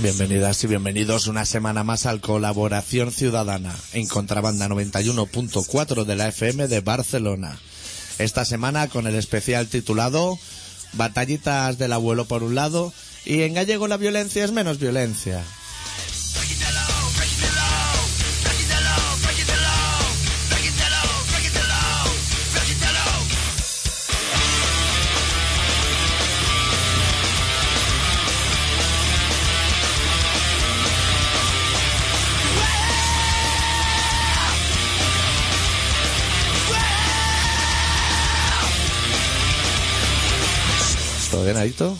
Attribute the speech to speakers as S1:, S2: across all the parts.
S1: Bienvenidas y bienvenidos una semana más al Colaboración Ciudadana en Contrabanda 91.4 de la FM de Barcelona. Esta semana con el especial titulado Batallitas del abuelo por un lado y en gallego la violencia es menos violencia. ¿Todo bien, Adicto?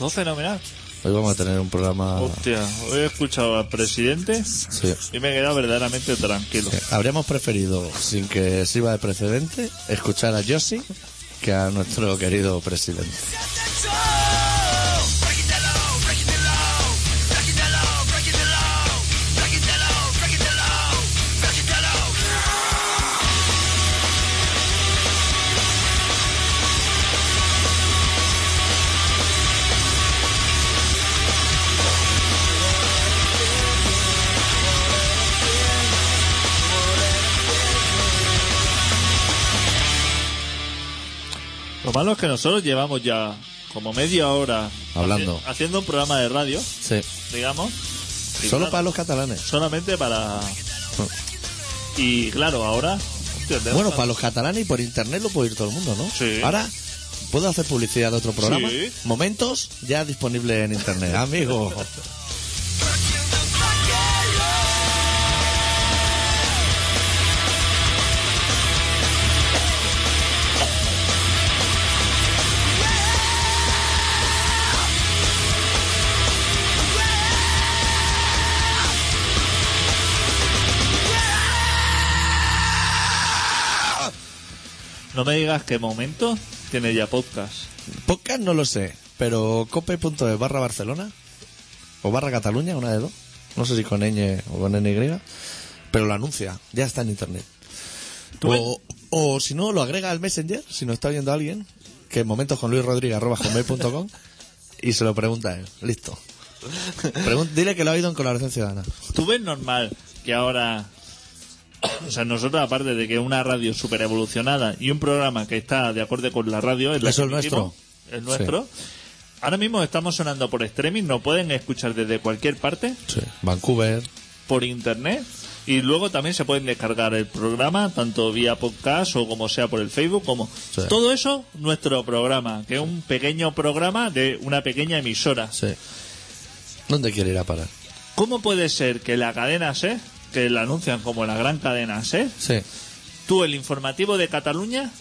S2: No, fenomenal.
S1: Hoy vamos a tener un programa...
S2: Hostia, hoy he escuchado al presidente
S1: Sí.
S2: y me he quedado verdaderamente tranquilo.
S1: Eh, Habríamos preferido, sin que sirva de precedente, escuchar a Yossi que a nuestro querido presidente.
S2: Lo malo es que nosotros llevamos ya como media hora
S1: Hablando.
S2: haci- haciendo un programa de radio,
S1: Sí.
S2: digamos. Y
S1: Solo
S2: claro,
S1: para los catalanes.
S2: Solamente para... Y claro, ahora... hostia, tenemos
S1: Bueno,
S2: una-
S1: para los catalanes y por internet lo puede ir todo el mundo, ¿no?
S2: Sí.
S1: Ahora, ¿puedo hacer publicidad de otro programa?
S2: Sí.
S1: Momentos ya disponible en internet, amigo.
S2: No me digas qué momento tiene ya podcast.
S1: Podcast no lo sé, pero cope.es barra Barcelona o barra Cataluña, una de dos. No sé si con ñ o con ny, pero lo anuncia, ya está en internet.
S2: Tú
S1: O, o si no, lo agrega al Messenger, si no está oyendo alguien, que en momentos con Luis Rodríguez arroba hotmail.com, y se lo pregunta a él. Listo. Pregun- dile que lo ha oído en Colaboración Ciudadana.
S2: ¿Tú ves normal que ahora... O sea, nosotros, aparte de que una radio súper evolucionada y un programa que está de acuerdo con la radio... Es la
S1: Eso
S2: que
S1: es
S2: emitimos,
S1: nuestro.
S2: Es nuestro. Ahora mismo estamos sonando por streaming, nos pueden escuchar desde cualquier parte,
S1: Sí. Vancouver.
S2: por internet. Y luego también se pueden descargar el programa, tanto vía podcast o como sea por el Facebook, como...
S1: Sí.
S2: Todo eso, nuestro programa, que es un pequeño programa de una pequeña emisora.
S1: Sí. ¿Dónde quiere ir a parar?
S2: ¿Cómo puede ser que la cadena SER, que la anuncian como la gran cadena SER,
S1: Sí.
S2: tú el informativo de Cataluña,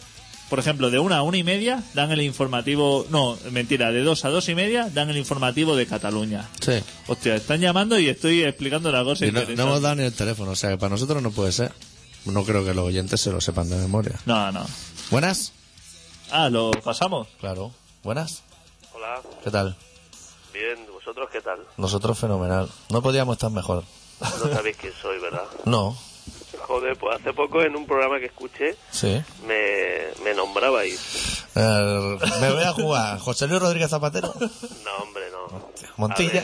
S2: por ejemplo, de una a una y media, dan el informativo, no, mentira, de dos a dos y media, dan el informativo de Cataluña?
S1: Sí.
S2: Hostia, están llamando y estoy explicando la cosa
S1: Y no, no
S2: interesante.
S1: hemos dado ni el teléfono, o sea que para nosotros no puede ser. No creo que los oyentes se lo sepan de memoria.
S2: No, no.
S1: ¿Buenas?
S2: Ah, lo pasamos.
S1: Claro. ¿Buenas?
S3: Hola,
S1: ¿Qué tal?
S3: bien, ¿vosotros qué tal?
S1: Nosotros fenomenal. No podíamos estar mejor.
S3: No sabéis quién soy, ¿verdad?
S1: No.
S3: Joder, pues hace poco en un programa que escuché
S1: Sí.
S3: me, me nombrabais.
S1: Eh, me voy a jugar. José Luis Rodríguez Zapatero.
S3: No, hombre, no.
S1: Montilla.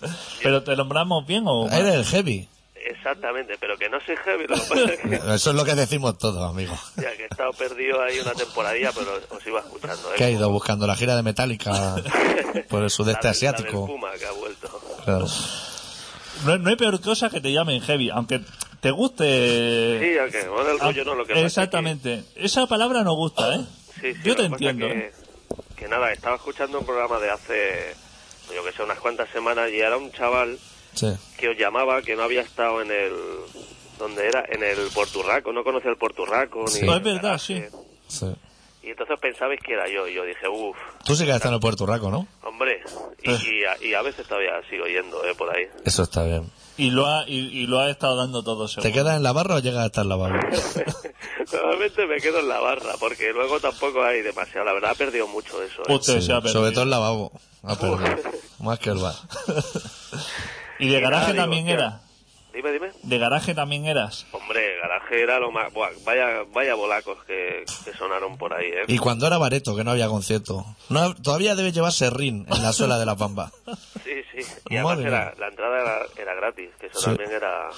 S3: A
S2: ¿Pero te nombramos bien o...? mal?
S1: Eres el heavy.
S3: ver, exactamente, pero que no soy heavy, lo que pasa es que,
S1: Eso es lo que decimos todos, amigo.
S3: ya que he estado perdido ahí una temporadilla, pero os iba escuchando. ¿eh?
S1: Que ha ido buscando la gira de Metallica por el
S3: La
S1: sudeste
S3: del- La del
S1: asiático.
S3: Puma que ha vuelto.
S1: Claro.
S2: No, no hay peor cosa que te llamen heavy, aunque te guste...
S3: Sí, ya que bueno, el rollo no lo que pasa es que-
S2: Ah, Exactamente. Esa palabra no gusta, ¿eh?
S3: Sí, sí,
S2: Yo
S3: lo
S2: te
S3: que pasa
S2: entiendo. ¿eh?
S3: Que, que nada, estaba escuchando un programa de hace, yo que sé, unas cuantas semanas y era un chaval
S1: Sí.
S3: que os llamaba que no había estado en el donde era en el Porturraco no conocía el Porturraco
S1: Sí.
S3: ni
S1: No,
S2: es verdad,
S3: Garaje.
S2: sí.
S1: sí.
S3: y entonces pensabais que era yo y yo dije uff
S1: Tú sí que has estado en el Puerto Raco, ¿no?
S3: hombre y, y, a, y a veces todavía sigo yendo eh, por ahí
S1: Eso está bien.
S2: Y lo ha, y, y lo ha estado dando todo seguro.
S1: ¿Te quedas en la barra o llegas a estar en la barra?
S3: normalmente me quedo en la barra porque luego tampoco hay demasiado la verdad ha perdido mucho eso eh.
S2: Usted
S1: Sí,
S2: se ha perdido.
S1: Sobre todo el lavabo. Ah, perdón. Más que el bar.
S2: Y de garaje
S3: Nada, digo,
S2: también
S3: hostia.
S2: era.
S3: dime dime
S2: De garaje también eras.
S3: hombre garaje era lo más buah, vaya vaya bolacos que, que sonaron por ahí eh
S1: Y cuando era bareto, que no había concierto. No, todavía debe llevar serrín en la suela de la pampa.
S3: sí sí sí. Y además
S2: Madre
S3: era-
S2: mía.
S3: la entrada era, era gratis, que eso
S1: Sí.
S3: también era...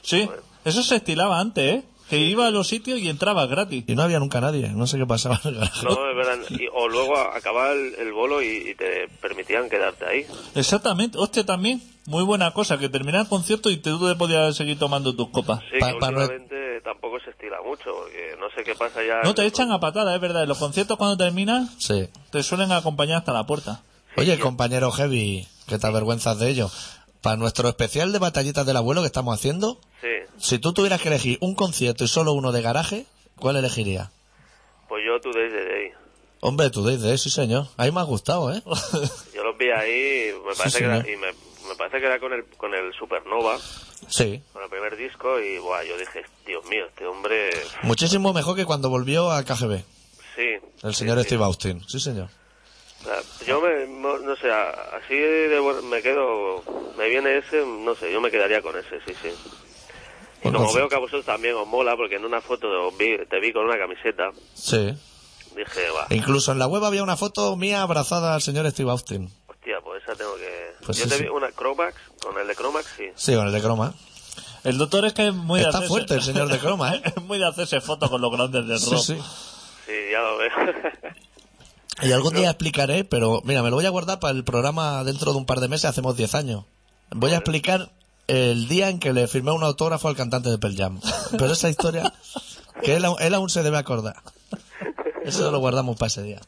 S2: Sí, eso se estilaba antes, ¿eh? Que iba a los sitios y entraba gratis.
S1: Y no había nunca nadie, no sé qué pasaba en el garaje.
S3: No, es verdad. Y- o luego acababa el, el bolo y, y te permitían quedarte ahí.
S2: Exactamente. Hostia, también, muy buena cosa, que terminaba el concierto y te- tú te podías seguir tomando tus copas.
S3: Sí,
S1: Pa-
S3: que
S1: pa-
S3: últimamente tampoco se estila mucho, porque no sé qué pasa ya...
S2: No, te echan a patadas, es verdad. En los conciertos cuando terminas,
S1: Sí.
S2: te suelen acompañar hasta la puerta.
S1: Oye, compañero Heavy, que te avergüenzas de ello. Para nuestro especial de batallitas del abuelo que estamos haciendo,
S3: Sí,
S1: si tú tuvieras que elegir un concierto y solo uno de garaje, ¿cuál elegirías?
S3: pues yo tú desde ahí.
S1: Hombre, tú dices, sí señor. Ahí me ha gustado, ¿eh?
S3: Yo los vi ahí, me parece que
S1: señor.
S3: era, y me, me parece que era con el, con el Supernova,
S1: sí.
S3: con el primer disco, y buah, yo dije, Dios mío, este hombre,
S1: Muchísimo mejor que cuando volvió a KGB,
S3: sí.
S1: el
S3: sí,
S1: señor
S3: sí.
S1: Steve Austin. Sí, señor.
S3: O sea, Yo me, no, no sé, a- así de bu- me quedo, me viene ese, no sé, yo me quedaría con ese, sí, sí. Y
S1: Pues
S3: como
S1: no sé.
S3: veo que a vosotros también os mola, porque en una foto os vi- te vi con una camiseta,
S1: Sí.
S3: dije, va,
S2: Eh,
S1: E incluso en la web había una foto mía abrazada al señor Steve Austin.
S3: hostia, pues esa tengo que...
S1: Pues
S3: yo
S1: sí,
S3: te
S1: sí.
S3: vi una Cromax, con el de Cromax, sí.
S1: Sí, con el de croma.
S2: El doctor es que es muy
S1: Está fuerte el señor de croma, ¿eh?
S2: es muy de hacerse fotos con los grandes del
S1: Sí,
S2: rock.
S1: sí.
S3: Sí, ya lo veo.
S1: Y algún día explicaré, pero mira, me lo voy a guardar para el programa dentro de un par de meses, hacemos 10 años. Voy a explicar el día en que le firmé un autógrafo al cantante de Pearl Jam. Pero esa historia, que él, aún- él aún se debe acordar. Eso lo guardamos para ese día.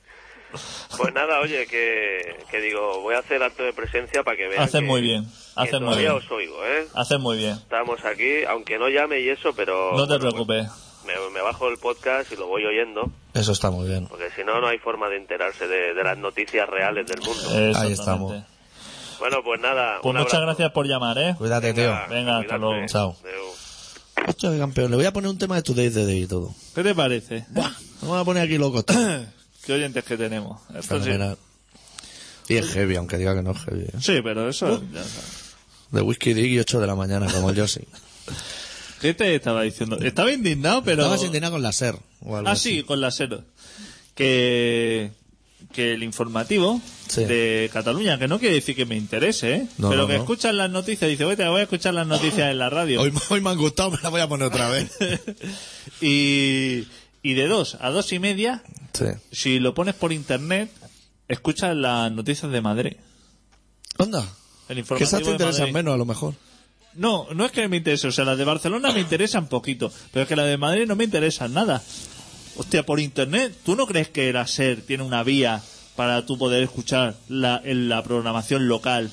S3: pues nada, oye, que, que digo, voy a hacer acto de presencia para que vean
S2: Haces
S3: que-
S2: muy bien,
S3: que
S2: haces muy
S3: todavía
S2: bien,
S3: os oigo, ¿eh?
S2: haces muy bien.
S3: Estamos aquí, aunque no llame y eso, pero...
S2: No te
S3: Oh, bueno, pues
S2: preocupes.
S3: Me, me bajo el podcast y lo voy oyendo,
S1: Eso está muy bien.
S3: porque si no, no hay forma de enterarse de, de las noticias reales del mundo.
S2: Exactamente.
S1: estamos.
S3: Bueno, pues nada.
S2: Eh, Pues
S3: un
S2: muchas
S3: abrazo.
S2: gracias por llamar, ¿eh?
S1: Cuídate, tío.
S3: Venga,
S2: Venga, hasta
S3: cuídate.
S2: luego.
S1: Chao.
S3: Adeu.
S1: Hostia, qué campeón, le voy a poner un tema de Today's The Day y todo.
S2: ¿Qué te parece?
S1: Vamos a poner aquí loco.
S2: ¿Qué oyentes que tenemos? Esto sí.
S1: Y es heavy, aunque diga que no es heavy. ¿eh?
S2: Sí, pero eso... ya está.
S1: De Whisky Dick y 8 de la mañana, como yo sí.
S2: ¿Qué te estaba diciendo? Estaba indignado, pero...
S1: Estabas indignado con la SER. o algo
S2: Ah,
S1: así.
S2: sí, con la SER. Que, que el informativo
S1: Sí.
S2: de Cataluña, que no quiere decir que me interese, ¿eh?
S1: No,
S2: pero
S1: no,
S2: que
S1: no.
S2: escuchan las noticias, dice, te voy a escuchar las noticias en la radio.
S1: Hoy, hoy me han gustado, me la voy a poner otra vez.
S2: y, y de dos a dos y media,
S1: Sí.
S2: si lo pones por internet, escuchas las noticias de Madrid.
S1: Onda.
S2: El
S1: Que
S2: informativo
S1: esas te
S2: de
S1: interesan
S2: Madrid.
S1: menos, a lo mejor.
S2: No, no es que me interese, o sea, las de Barcelona me interesan poquito, pero es que las de Madrid no me interesan nada. Hostia, por internet, ¿tú no crees que la SER tiene una vía para tú poder escuchar la, en la programación local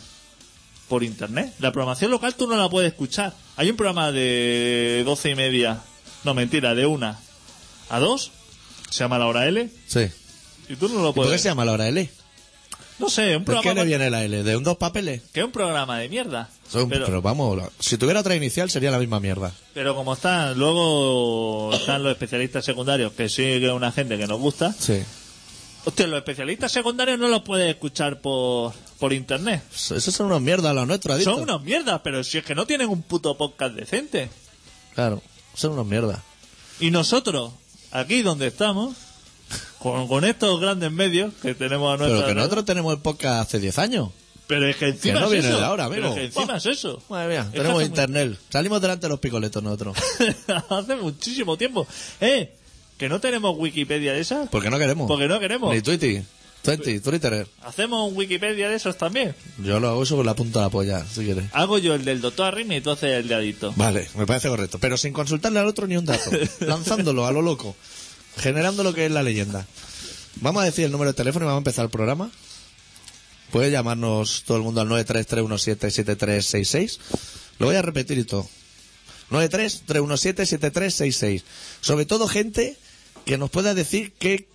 S2: por internet? La programación local tú no la puedes escuchar. Hay un programa de doce y media, no mentira, de una a dos, se llama La Hora L,
S1: Sí.
S2: y tú no lo
S1: ¿Por qué
S2: puedes.
S1: se llama la hora L?
S2: No sé,
S1: ¿De
S2: un
S1: qué
S2: programa
S1: le viene la L? ¿De un dos papeles?
S2: que es un programa de mierda.
S1: Son- pero,
S2: Pero-
S1: vamos, la- si tuviera otra inicial sería la misma mierda.
S2: Pero como están, luego están los especialistas secundarios, que sí que es una gente que nos gusta.
S1: Sí.
S2: Hostia, los especialistas secundarios no los puedes escuchar por, por internet.
S1: Esos son unos mierdas los nuestros, adicto.
S2: Son unas mierdas, pero si es que no tienen un puto podcast decente.
S1: Claro, son unos mierdas.
S2: Y nosotros, aquí donde estamos, con, con estos grandes medios que tenemos a nuestra
S1: Pero que
S2: alrededor-
S1: nosotros tenemos el podcast hace 10 años.
S2: Pero es que encima
S1: Que no
S2: es
S1: viene
S2: eso.
S1: de ahora,
S2: Pero
S1: amigo.
S2: es que encima
S1: Buah.
S2: es eso.
S1: Madre mía,
S2: Es que
S1: tenemos
S2: hace mu-
S1: internet. Salimos delante de los picoletos nosotros.
S2: hace muchísimo tiempo. Eh, que no tenemos Wikipedia de esas.
S1: Porque no queremos.
S2: Porque no queremos.
S1: Ni Twitter. Twitter, Twitter.
S2: Hacemos un Wikipedia de esos también.
S1: Yo lo uso con la punta de la polla, si quieres.
S2: Hago yo el del doctor Arrimia y tú haces el de adicto.
S1: Vale, me parece correcto. Pero sin consultarle al otro ni un dato. lanzándolo a lo loco. Generando lo que es la leyenda. Vamos a decir el número de teléfono y vamos a empezar el programa. Puede llamarnos todo el mundo al 933177366. Lo voy a repetir y todo. 933177366. Sobre todo gente que nos pueda decir que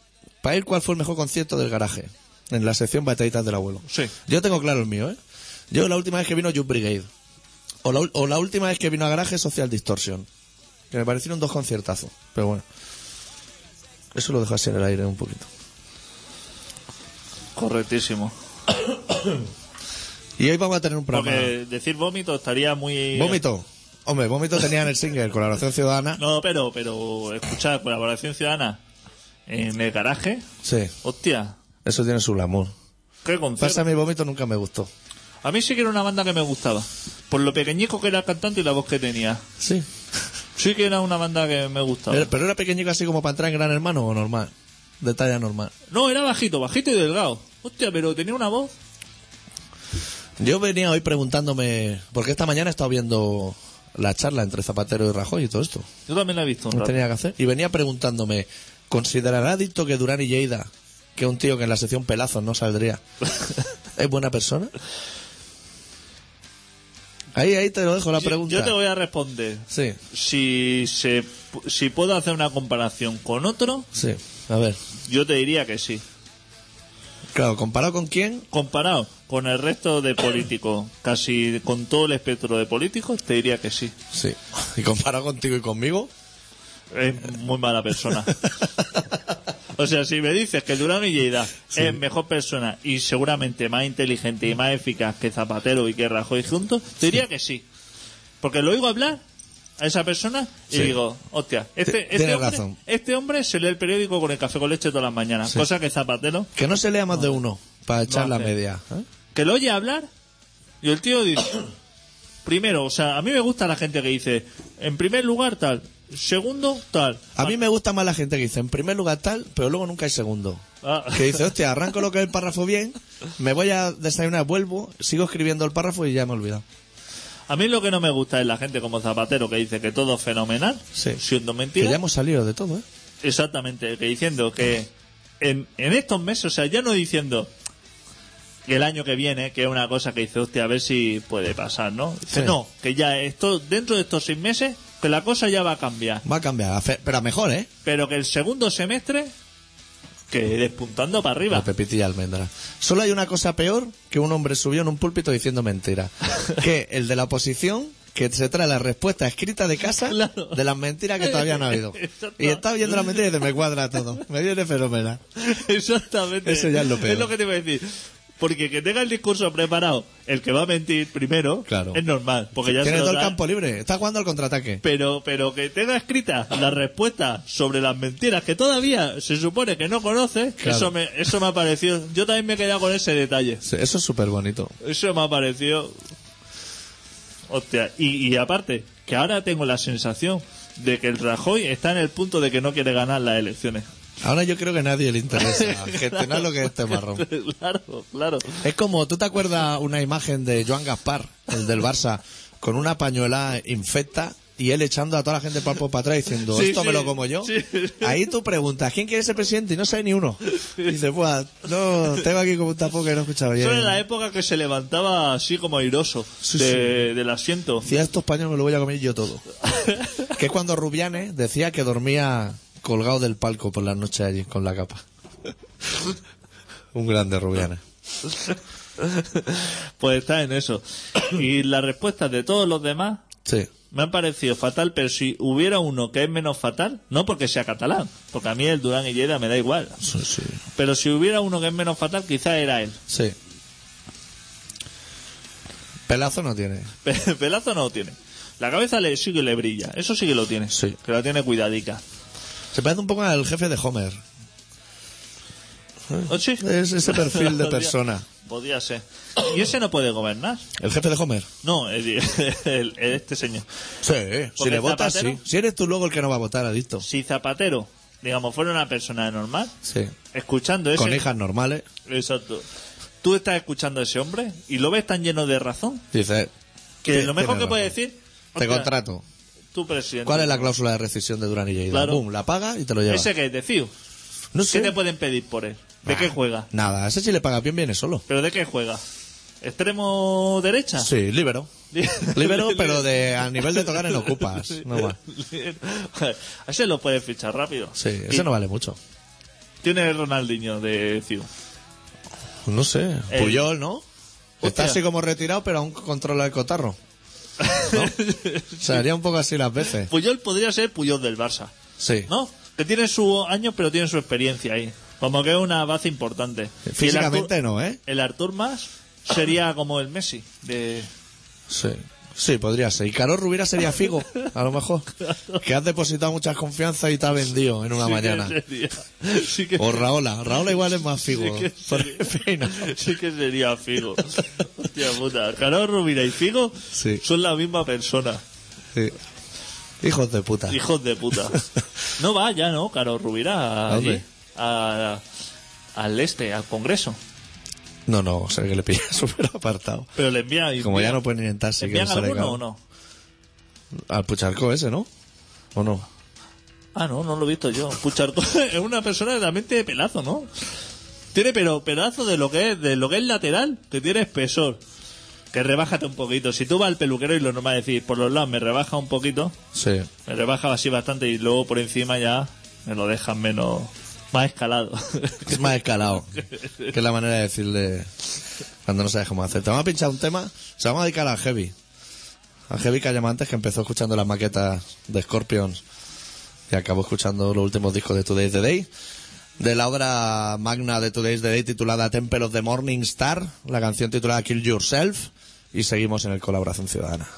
S1: para él cuál fue el mejor concierto del garaje. En la sección Batallitas del Abuelo.
S2: Sí.
S1: Yo tengo claro el mío, ¿eh? Yo la última vez que vino Youth Brigade. O la, ul- o la última vez que vino a garaje Social Distortion. Que me parecieron dos conciertazos. Pero bueno. Eso lo dejo así en el aire un poquito.
S2: Correctísimo.
S1: Y hoy vamos a tener un programa.
S2: Porque decir vómito estaría muy...
S1: Vómito. Hombre, vómito tenía en el single, colaboración ciudadana.
S2: No, pero, pero escuchar colaboración ciudadana en el garaje.
S1: Sí,
S2: Hostia,
S1: eso tiene su glamour.
S2: qué concierto.
S1: Pasa mi vómito nunca me gustó.
S2: A mí sí que era una banda que me gustaba. Por lo pequeñico que era el cantante y la voz que tenía.
S1: Sí.
S2: Sí que era una banda que me gustaba.
S1: Pero, pero era pequeñico así como para entrar en Gran Hermano o normal. De talla normal.
S2: No, era bajito, bajito y delgado. Hostia, pero tenía una voz.
S1: Yo venía hoy preguntándome, porque esta mañana he estado viendo la charla entre Zapatero y Rajoy y todo esto.
S2: Yo también la he visto. un
S1: No
S2: rato.
S1: tenía que hacer. Y venía preguntándome, ¿considerará adicto que Durán y Lleida, que un tío que en la sección pelazos no saldría, es buena persona? Ahí, ahí te lo dejo la
S2: Yo-
S1: pregunta.
S2: Yo te voy a responder.
S1: Sí,
S2: Si, se, pu- si puedo hacer una comparación con otro,
S1: sí. A ver.
S2: yo te diría que sí.
S1: Claro, ¿comparado con quién?
S2: Comparado con el resto de políticos, casi con todo el espectro de políticos, te diría que sí.
S1: Sí. ¿Y comparado contigo y conmigo?
S2: Es muy mala persona. O sea, si me dices que Durán y Lleida es mejor persona y seguramente más inteligente y más eficaz que Zapatero y que Rajoy juntos, te diría que sí. Porque lo oigo hablar a esa persona y
S1: Sí.
S2: digo, hostia, este,
S1: T-
S2: este,
S1: tienes
S2: hombre,
S1: razón.
S2: este hombre se lee el periódico con el café con leche todas las mañanas,
S1: Sí.
S2: cosa que Zapatero,
S1: Que no se lea más de uno para echar la
S2: hace.
S1: media. ¿eh?
S2: que lo oye hablar y el tío dice, primero, o sea, a mí me gusta la gente que dice, en primer lugar tal, segundo tal.
S1: A mí me gusta más la gente que dice, en primer lugar tal, pero luego nunca hay segundo.
S2: Ah.
S1: Que dice, hostia, arranco lo que es el párrafo bien, me voy a desayunar, vuelvo, sigo escribiendo el párrafo y ya me he olvidado.
S2: A mí lo que no me gusta es la gente como Zapatero que dice que todo es fenomenal,
S1: Sí.
S2: siendo
S1: Que
S2: mentira.
S1: ya hemos salido de todo, ¿eh?
S2: Exactamente, que diciendo que en, en estos meses, o sea, ya no diciendo que el año que viene, que es una cosa que dice, hostia, a ver si puede pasar, ¿no? Dice,
S1: Sí.
S2: no, que ya esto, dentro de estos seis meses, que la cosa ya va a cambiar.
S1: Va a cambiar, a fe- pero a mejor, ¿eh?
S2: Pero que el segundo semestre, que despuntando para arriba.
S1: La pepitilla almendra. Solo hay una cosa peor que un hombre subió en un púlpito diciendo mentira. que el de la oposición, que se trae la respuesta escrita de casa
S2: Claro.
S1: de las mentiras que todavía no ha habido.
S2: Exacto.
S1: y está viendo la mentira y dice, me cuadra todo. Me viene fenomenal.
S2: Exactamente.
S1: Eso ya es lo peor.
S2: Es lo que te iba a decir. Porque que tenga el discurso preparado, el que va a mentir primero,
S1: Claro.
S2: es normal. Porque ya se
S1: Tiene
S2: lo
S1: todo el
S2: trae.
S1: campo libre. Está jugando al contraataque.
S2: Pero, pero que tenga escrita la respuesta sobre las mentiras que todavía se supone que no conoce,
S1: Claro.
S2: eso, me, eso me ha parecido. Yo también me he quedado con ese detalle.
S1: Sí, Eso es súper bonito.
S2: Eso me ha parecido. Hostia, y, y aparte, que ahora tengo la sensación de que el Rajoy está en el punto de que no quiere ganar las elecciones.
S1: Ahora yo creo que a nadie le interesa gestionar lo que es este marrón.
S2: claro, claro.
S1: Es como, ¿tú te acuerdas una imagen de Joan Gaspar, el del Barça, con una pañuela infecta y él echando a toda la gente palpo para atrás diciendo,
S2: Sí,
S1: ¿esto
S2: sí,
S1: me lo como yo?
S2: sí.
S1: Ahí tú preguntas, ¿quién quiere ser presidente? Y no sabe ni uno. Y dices, pues, no, tengo aquí como un tapo que no escuchaba bien.
S2: Eso era la época que se levantaba así como airoso
S1: Sí,
S2: de- del asiento.
S1: Decía, estos paños me lo voy a comer yo todo. que es cuando Rubianes decía que dormía colgado del palco por las noches allí con la capa. un grande Rubianes.
S2: Pues está en eso. Y las respuestas de todos los demás
S1: Sí.
S2: me han parecido fatal, pero si hubiera uno que es menos fatal, no porque sea catalán, porque a mí el Durán y Lleida me da igual,
S1: Sí, sí.
S2: pero si hubiera uno que es menos fatal, quizás era él.
S1: Sí. Pelazo no tiene.
S2: Pe- Pelazo no lo tiene. La cabeza le, sí que le brilla, eso sí que lo tiene,
S1: Sí.
S2: que la tiene cuidadica.
S1: Se parece un poco al jefe de Homer.
S2: ¿O sí?
S1: Eh, Es ese perfil de
S2: Podría-
S1: persona.
S2: Podría ser. Y ese no puede gobernar.
S1: ¿El jefe de Homer?
S2: No, el- el- este señor.
S1: Sí, si
S2: Porque
S1: le votas,
S2: Zapatero-
S1: sí. Si eres tú luego el que no va a votar, adicto.
S2: si Zapatero, digamos, fuera una persona normal,
S1: Sí.
S2: escuchando ese...
S1: Con hijas normales.
S2: Exacto. Tú estás escuchando a ese hombre y lo ves tan lleno de razón
S1: Dices.
S2: que
S1: "Tien-
S2: lo mejor
S1: tienes
S2: que puede
S1: razón.
S2: decir...
S1: Te
S2: hostia,
S1: contrato.
S2: Tú, presidente.
S1: ¿Cuál es la cláusula de rescisión de Durán y Lleida?
S2: Claro.
S1: Boom, la paga y te lo llevas.
S2: Ese que es de CIU.
S1: No
S2: ¿Qué
S1: sé.
S2: te pueden pedir por él? ¿De
S1: Ah,
S2: qué juega?
S1: Nada, ese sí le paga bien, viene solo.
S2: ¿Pero de qué juega? ¿Extremo derecha?
S1: Sí, libero. Libero, pero de, a nivel de tocar en ocupas. No va.
S2: A ese lo puedes fichar rápido.
S1: Sí,
S2: Y
S1: ese no vale mucho.
S2: Tiene el Ronaldinho de CIU.
S1: Pues No sé,
S2: El-
S1: Puyol, ¿no? Está
S2: Hostia.
S1: así como retirado, pero aún controla el cotarro. ¿No? O sea, haría un poco así las veces.
S2: Puyol podría ser Puyol del Barça.
S1: Sí.
S2: ¿no? Que tiene su año, pero tiene su experiencia ahí. Como que es una base importante.
S1: Físicamente
S2: Y el Artur-
S1: no, ¿eh?
S2: El Artur más sería como el Messi. De...
S1: Sí. Sí, podría ser. Y Carol Rubiera sería Figo, a lo mejor. Que has depositado mucha confianza y te ha vendido en una
S2: Sí que
S1: mañana.
S2: sería- sí que-
S1: O Raola. Raola igual es más Figo.
S2: Sí que
S1: Por
S2: sería.
S1: el peinado.
S2: Sí que sería Figo. Hostia puta. Carol Rubira y Figo
S1: Sí.
S2: son la misma persona.
S1: Sí. Hijos de puta.
S2: Hijos de puta. No va ya, ¿no? Carol Rubira.
S1: ¿A
S2: allí,
S1: dónde?
S2: a- al este, al Congreso.
S1: No, no, o sea que le pilla súper apartado.
S2: Pero le envían...
S1: Como ya no pueden ir en taxi. que
S2: ¿Envían
S1: no sale
S2: alguno
S1: caro.
S2: o no?
S1: Al pucharco ese, ¿no? ¿O no?
S2: Ah, no, no lo he visto yo. Pucharco es una persona realmente de pelazo, ¿no? Tiene pero pedazo de lo que es, de lo que es lateral, que tiene espesor. Que rebájate un poquito. Si tú vas al peluquero y lo normal es decir, por los lados me rebaja un poquito,
S1: Sí.
S2: me rebaja así bastante y luego por encima ya me lo dejan menos, más escalado.
S1: Es más escalado. que es la manera de decirle cuando no sabes cómo hacer. Te vamos a pinchar un tema. Se vamos a dedicar a Heavy. A Heavy Callamantes que empezó escuchando las maquetas de Scorpions y acabó escuchando los últimos discos de Today's the Day. De la obra magna de Today's the Day titulada Temple of the Morning Star. La canción titulada Kill Yourself. Y seguimos en el Colaboración Ciudadana.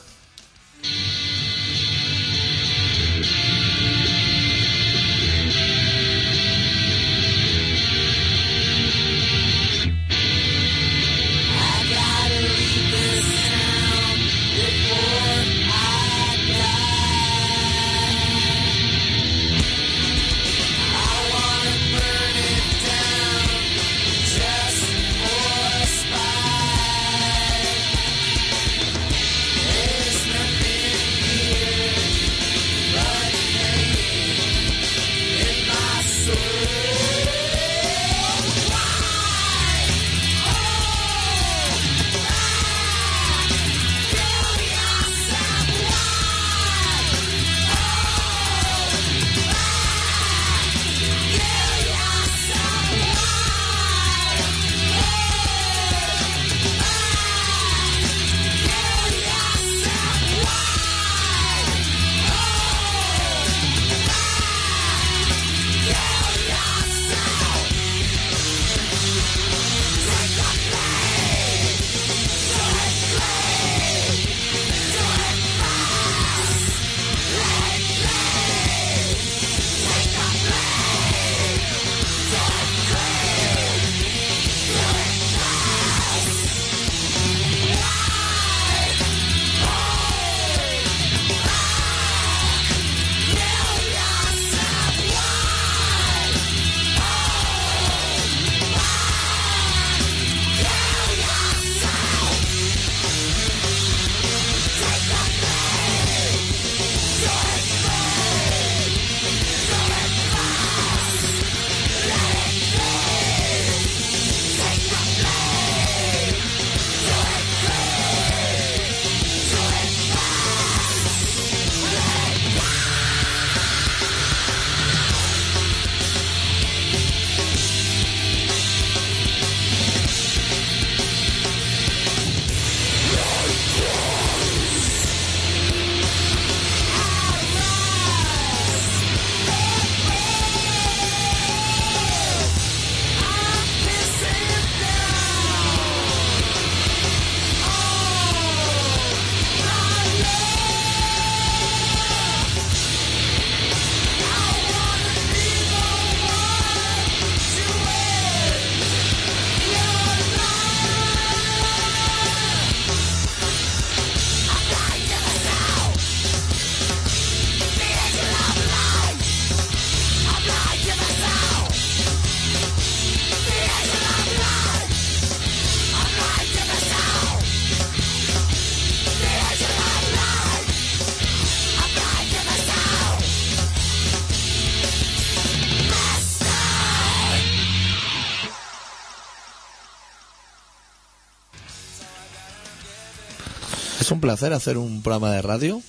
S1: Es un placer hacer un programa de radio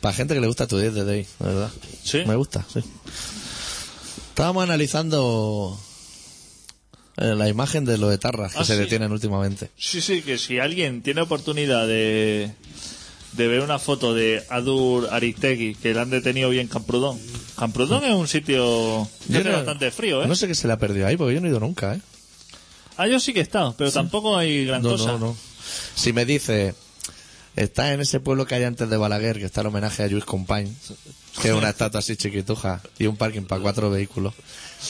S1: para gente que le gusta Today's the Day, de verdad.
S2: Sí.
S1: Me gusta, sí. Estábamos analizando eh, la imagen de los etarras que
S2: Ah,
S1: se
S2: sí.
S1: detienen últimamente.
S2: Sí, sí, que si alguien tiene oportunidad de, de ver una foto de Adur Aristegui, que la han detenido bien Camprodón. Camprodón es un sitio que
S1: Yo
S2: hace
S1: no-
S2: bastante frío, ¿eh?
S1: No sé qué se le ha perdido ahí, porque yo no he ido nunca, ¿eh?
S2: Ah, yo sí que he estado, pero tampoco hay gran
S1: No,
S2: cosa.
S1: no, no. Si me dice, Está en ese pueblo que hay antes de Balaguer, que está el homenaje a Luis Compañ, que es una estatua así chiquituja y un parking para cuatro vehículos.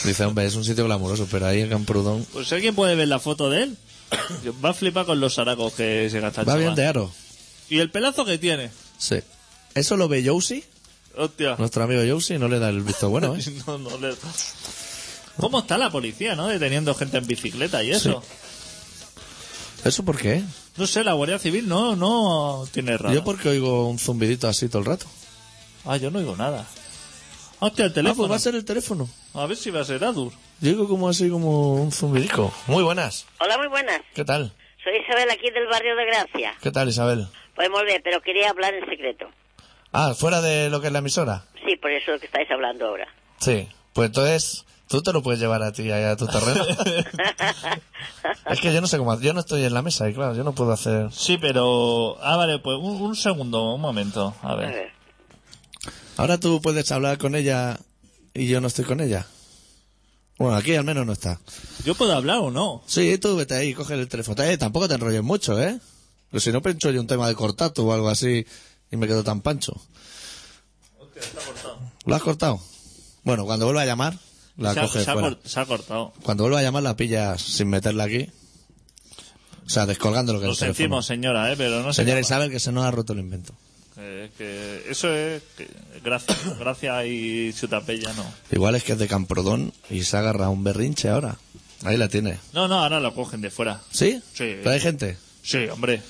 S1: Dice, hombre, es un sitio glamuroso, pero ahí en Camprudón
S2: Pues si alguien puede ver la foto de él, va a flipar con los saracos que se gastan.
S1: va bien de aro.
S2: Y el pelazo que tiene.
S1: Sí. ¿Eso lo ve Yousi?
S2: Hostia.
S1: Nuestro amigo Yousi no le da el visto bueno, ¿eh?
S2: No, no le- ¿Cómo está la policía, no? Deteniendo gente en bicicleta y eso.
S1: ¿Eso por qué?
S2: No sé, la Guardia Civil no, no tiene raro.
S1: Yo porque oigo un zumbidito así todo el rato. pues
S2: Ah, yo no oigo nada. Hostia, el
S1: Ah,
S2: teléfono.
S1: pues va a ser el teléfono.
S2: A ver si va a ser Adur.
S1: Yo oigo como así como un zumbidico. Muy buenas.
S4: Hola, muy buenas.
S1: ¿Qué tal?
S4: Soy Isabel aquí del barrio de Gracia.
S1: ¿Qué tal, Isabel?
S4: Pues muy bien, pero quería hablar en secreto.
S1: Ah, fuera de lo que es la emisora.
S4: Sí, por eso que estáis hablando ahora.
S1: Sí. Pues entonces, tú te lo puedes llevar a ti ahí a tu terreno. es que yo no sé cómo. Yo no estoy en la mesa y claro, yo no puedo hacer.
S2: Sí, pero... Ah, vale, pues un, un segundo, un momento. A
S4: A
S2: ver.
S4: ver.
S1: Ahora tú puedes hablar con ella y yo no estoy con ella. Bueno, aquí al menos no está.
S2: ¿Yo puedo hablar o no?
S1: Sí, tú vete ahí, coge el teléfono. Eh, tampoco te enrolles mucho, ¿eh? Pero si no pincho yo un tema de cortato o algo así y me quedo tan pancho. ¿Lo has cortado? Bueno, cuando vuelva a llamar, la
S2: se, ha,
S1: coges
S2: se ha
S1: fuera.
S2: cor- se ha cortado.
S1: Cuando vuelva a llamar, la pillas sin meterla aquí. O sea, descolgando lo que
S2: Lo
S1: es el teléfono.
S2: sentimos, señora, ¿eh? Pero no se
S1: Señora
S2: acaba.
S1: Isabel, que se nos ha roto el invento.
S2: Eh, que eso es... que- Gracias, gracias y Ciudad Bella no.
S1: Igual es que es de Camprodón y se agarra un berrinche ahora. Ahí la tiene.
S2: No, no, ahora lo cogen de fuera.
S1: ¿Sí?
S2: Sí.
S1: ¿Pero hay gente?
S2: Sí, hombre.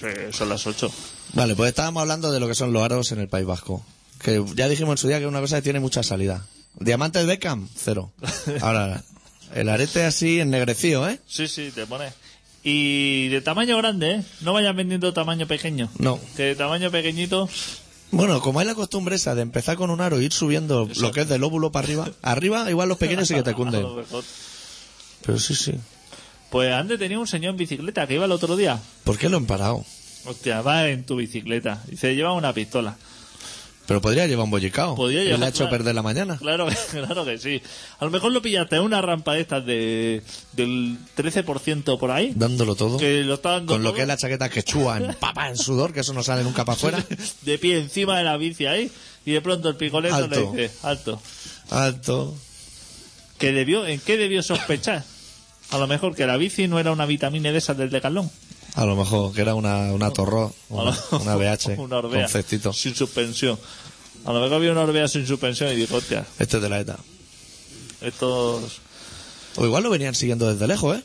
S2: Sí, son las ocho.
S1: Vale, pues estábamos hablando de lo que son los aros en el País Vasco. Que ya dijimos en su día que es una cosa que tiene mucha salida. Diamantes Beckham, cero. Ahora, el arete así ennegrecido, ¿eh?
S2: Sí, sí, te pones. Y de tamaño grande, ¿eh? No vayas vendiendo tamaño pequeño.
S1: No.
S2: Que de tamaño pequeñito...
S1: Bueno, como hay la costumbre esa de empezar con un aro e ir subiendo lo que es del óvulo para arriba, arriba igual los pequeños sí que te
S2: a
S1: cunden.
S2: lo mejor.
S1: Pero sí, sí.
S2: Pues han detenido un señor en bicicleta que iba el otro día.
S1: ¿Por qué lo han parado?
S2: Hostia, va en tu bicicleta. Y se lleva una pistola.
S1: Pero podría llevar un bollicao.
S2: Podría
S1: Y le ha
S2: llevar,
S1: hecho
S2: claro.
S1: perder la mañana.
S2: Claro, que- claro que sí. A lo mejor lo pillaste en una rampa de estas de, del 13% por ahí.
S1: Dándolo todo.
S2: Que lo estaban
S1: Con lo que es la chaqueta que chua, en papa, en sudor, que eso no sale nunca para afuera.
S2: De pie encima de la bici ahí. Y de pronto el picoleto
S1: Alto.
S2: le dice, alto.
S1: Alto.
S2: ¿Que debió, ¿En qué debió sospechar? A lo mejor que la bici no era una vitamina de esas del decalón.
S1: A lo mejor, que era una, una torró, una, una BH,
S2: Una
S1: un
S2: Orbea.
S1: cestito.
S2: Sin suspensión. A lo mejor había una Orbea sin suspensión y dijo, hostia,
S1: Este es de la ETA.
S2: estos...
S1: O igual lo venían siguiendo desde lejos, ¿eh?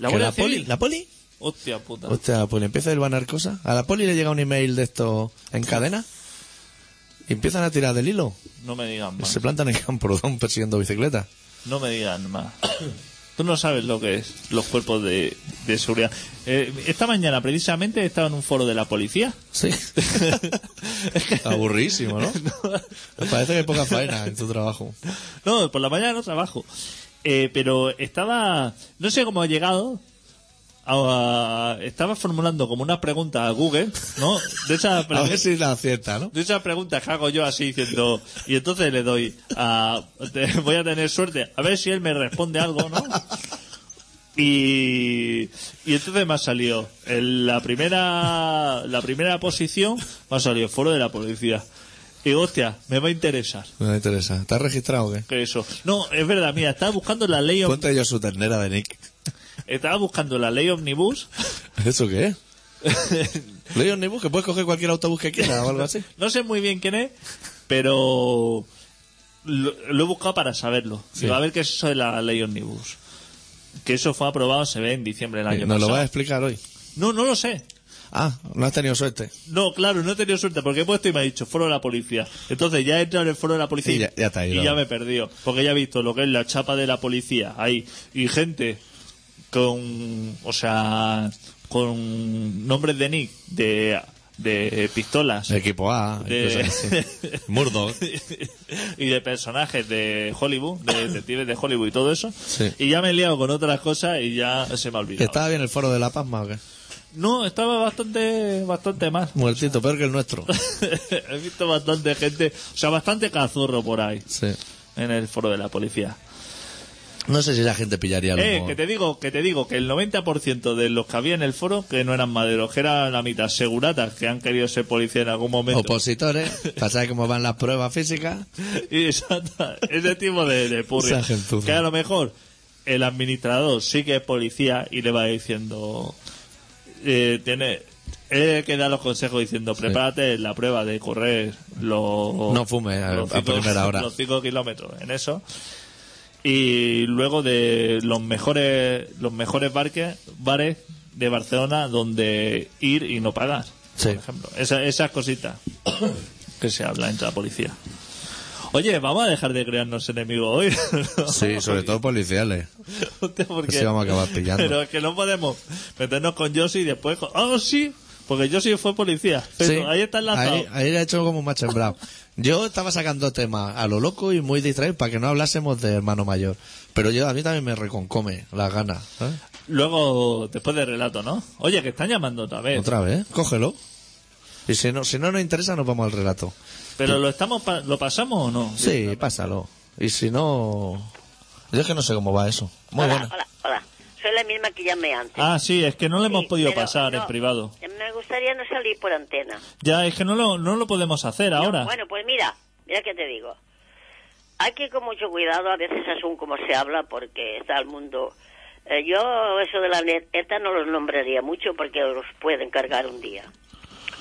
S2: La
S1: Que
S2: Guardia
S1: la poli,
S2: Civil.
S1: la poli.
S2: Hostia puta.
S1: Hostia, pues le empieza a hilvanar cosas. A la poli le llega un email de esto en cadena. Y empiezan a tirar del hilo.
S2: No me digan
S1: Y
S2: más.
S1: se plantan en Camprodón persiguiendo bicicletas.
S2: No me digan más. Tú no sabes lo que es los cuerpos de, de seguridad. Eh, esta mañana, precisamente, estaba en un foro de la policía.
S1: Sí. Aburridísimo, ¿no? Parece que hay poca faena en tu trabajo.
S2: No, por la mañana no trabajo. Eh, pero estaba... No sé cómo ha llegado... a- a- estaba formulando como una pregunta a Google, ¿no? De esas
S1: A ver si la acierta, ¿no?
S2: De esas preguntas que hago yo así diciendo, y entonces le doy a. te- voy a tener suerte, a ver si él me responde algo, ¿no? Y, y entonces me ha salido en la primera la primera posición me ha salido foro de la policía y hostia me va a interesar
S1: No me interesa. ¿Estás registrado o qué?
S2: que eso no es verdad mira estaba buscando la ley om-
S1: Ponte yo su ternera de Nick.
S2: estaba buscando la ley omnibus
S1: ¿Eso qué es? Ley Omnibus, que puedes coger cualquier autobús que quieras o algo así.
S2: No sé muy bien quién es, pero lo, lo he buscado para saberlo.
S1: Sí.
S2: Digo, a ver qué es eso de la ley Omnibus. Que eso fue aprobado, se ve en diciembre del año
S1: Eh, Nos lo
S2: pasado.
S1: vas a explicar hoy.
S2: No, no lo sé.
S1: Ah, no has tenido suerte.
S2: No, claro, no he tenido suerte porque he puesto y me ha dicho foro de la policía. Entonces ya he entrado en el foro de la policía
S1: Y ya- ya te ha ido.
S2: y ya me he perdido. Porque ya he visto lo que es la chapa de la policía ahí y gente con, o sea, con nombres de nick de, de pistolas.
S1: Equipo A, y
S2: De-
S1: cosas así. Murdoch.
S2: y de personajes de Hollywood, de detectives de Hollywood y todo eso.
S1: Sí.
S2: Y ya me he liado con otras cosas y ya se me ha olvidado.
S1: ¿Estaba bien el foro de la Pasma o qué?
S2: No, estaba bastante bastante mal.
S1: Muertito, peor que el nuestro.
S2: He visto bastante gente, o sea, bastante cazurro por ahí
S1: Sí.
S2: en el foro de la policía.
S1: No sé si la gente pillaría el
S2: Eh,
S1: humor.
S2: que te digo, que te digo, que el 90% de los que había en el foro que no eran maderos, que eran la mitad seguratas que han querido ser policía en algún momento.
S1: Opositores, para saber cómo van las pruebas físicas.
S2: Y exacta- ese tipo de, de purria.
S1: Esa gentuza.
S2: Que a lo mejor el administrador sí que es policía y le va diciendo. eh, tiene. Él que da los consejos diciendo: prepárate la prueba de correr los.
S1: No fumes a- a primera hora.
S2: Los 5 kilómetros en eso. Y luego de los mejores los mejores barques, bares de Barcelona donde ir y no pagar.
S1: Sí.
S2: Por ejemplo. Esa- esas cositas que se habla entre la policía. Oye, vamos a dejar de crearnos enemigos hoy. ¿no?
S1: Sí, sobre todo policiales.
S2: Hostia, porque-
S1: Así Pues vamos a acabar pillando.
S2: Pero es que no podemos meternos con Josie y después con... ¡Oh, sí! Porque Josie fue policía. Pero
S1: Sí.
S2: ahí está enlazado.
S1: Ahí, ahí le he hecho como un macho hembrado. Yo estaba sacando temas a lo loco y muy distraído para que no hablásemos de hermano mayor. Pero yo a mí también me reconcome las ganas. ¿eh?
S2: Luego, después del relato, ¿no? Oye, que están llamando otra vez.
S1: Otra vez, ¿eh? cógelo. Y si no, si no nos interesa, nos vamos al relato.
S2: Pero lo estamos pa- lo pasamos o no?
S1: Sí, pásalo. Y si no... Yo es que no sé cómo va eso. Muy
S5: hola,
S1: bueno.
S5: hola, hola. Soy la misma que llamé antes.
S2: Ah, sí, es que no lo hemos
S5: Sí,
S2: podido
S5: pero
S2: pasar
S5: no,
S2: en privado.
S5: Me gustaría no salir por antena.
S2: Ya, es que no lo, no lo podemos hacer ahora.
S5: Bueno, pues mira, mira que te digo. Hay que ir con mucho cuidado, a veces según como se habla, porque está el mundo... Eh, yo eso de la neta no los nombraría mucho porque los pueden cargar un día.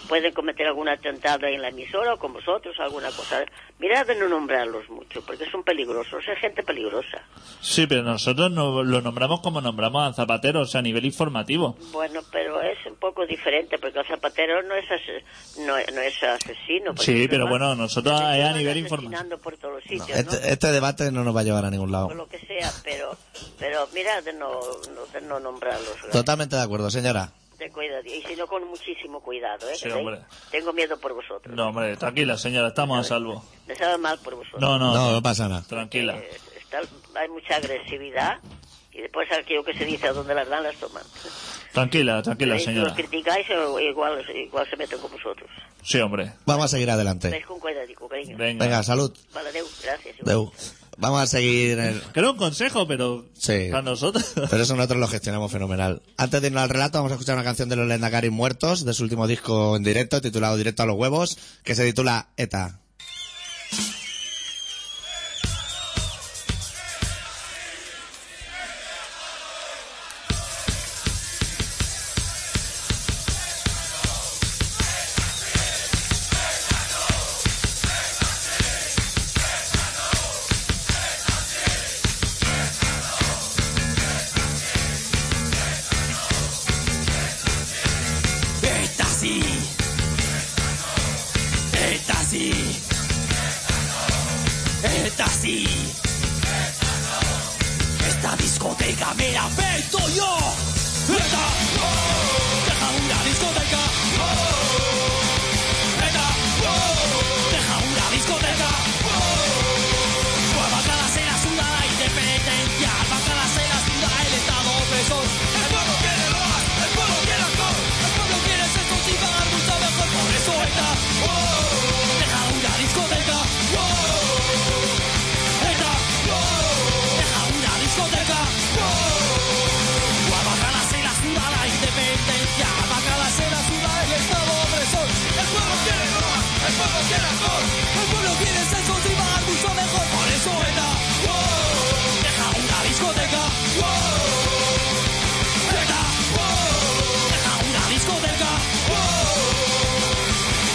S5: Pueden cometer algún atentado ahí en la emisora o con vosotros, alguna cosa. Mirad de no nombrarlos mucho, porque son peligrosos, es gente peligrosa.
S2: Sí, pero nosotros no, lo nombramos como nombramos a Zapatero, o sea, a nivel informativo.
S5: Bueno, pero es un poco diferente, porque el zapatero no es, ase- no, no es asesino. porque
S2: Sí,
S5: se
S2: pero
S5: va-
S2: bueno, nosotros
S5: se
S2: es a
S5: van
S2: nivel
S5: asesinando por todos los sitios, ¿no?
S1: Este, este debate no nos va a llevar a ningún
S5: o
S1: lado.
S5: lo que sea, pero, pero mira de no, no, de no nombrarlos.
S1: Totalmente de acuerdo, señora.
S5: Ten cuidado, y si no, con muchísimo cuidado, ¿eh?
S2: Sí,
S5: ¿Veis?
S2: hombre.
S5: Tengo miedo por vosotros.
S2: No, hombre, tranquila, señora, estamos a salvo.
S5: Me sabe mal por vosotros.
S2: No, no,
S1: No, no pasa nada.
S2: tranquila.
S5: Eh, está- hay mucha agresividad y después aquello que se dice a donde las dan las toman.
S2: Tranquila, tranquila,
S5: Eh, si
S2: señora.
S5: los criticáis, eh, igual, igual se meten con vosotros.
S2: Sí, hombre.
S1: Vamos a seguir adelante.
S5: Veis con cuidadico, cariño.
S2: Venga.
S1: Venga, salud.
S5: Vale, adeu, gracias.
S1: Deu. Vamos a seguir... el-
S2: Que era un consejo, pero
S1: Sí.
S2: para nosotros.
S1: Pero eso nosotros lo gestionamos fenomenal. Antes de irnos al relato, vamos a escuchar una canción de los Lendacaris Muertos, de su último disco en directo, titulado Directo a los Huevos, que se titula ETA.
S6: Está así. Está así. Está así. Esta discoteca me la meto yo. Eta. oh, Deja una discoteca. Oh, Eta. oh, Deja una discoteca. Oh. Pues bacala será sudada independencia. Bacala será sudada el Estado opresor. El pueblo quiere más, el pueblo quiere alcohol. El pueblo quiere sexo y pagar mucho mejor. Por eso ETA, wow, deja una discoteca. wow. ETA, wow, deja una discoteca. wow. Pues bacala será sudada independencia. Bacala será sudada el Estado opresor. El pueblo quiere más, el pueblo quiere alcohol. El pueblo quiere sexo y pagar mucho mejor. Por eso ETA, wow, deja una discoteca. wow. ETA, wow, deja una discoteca,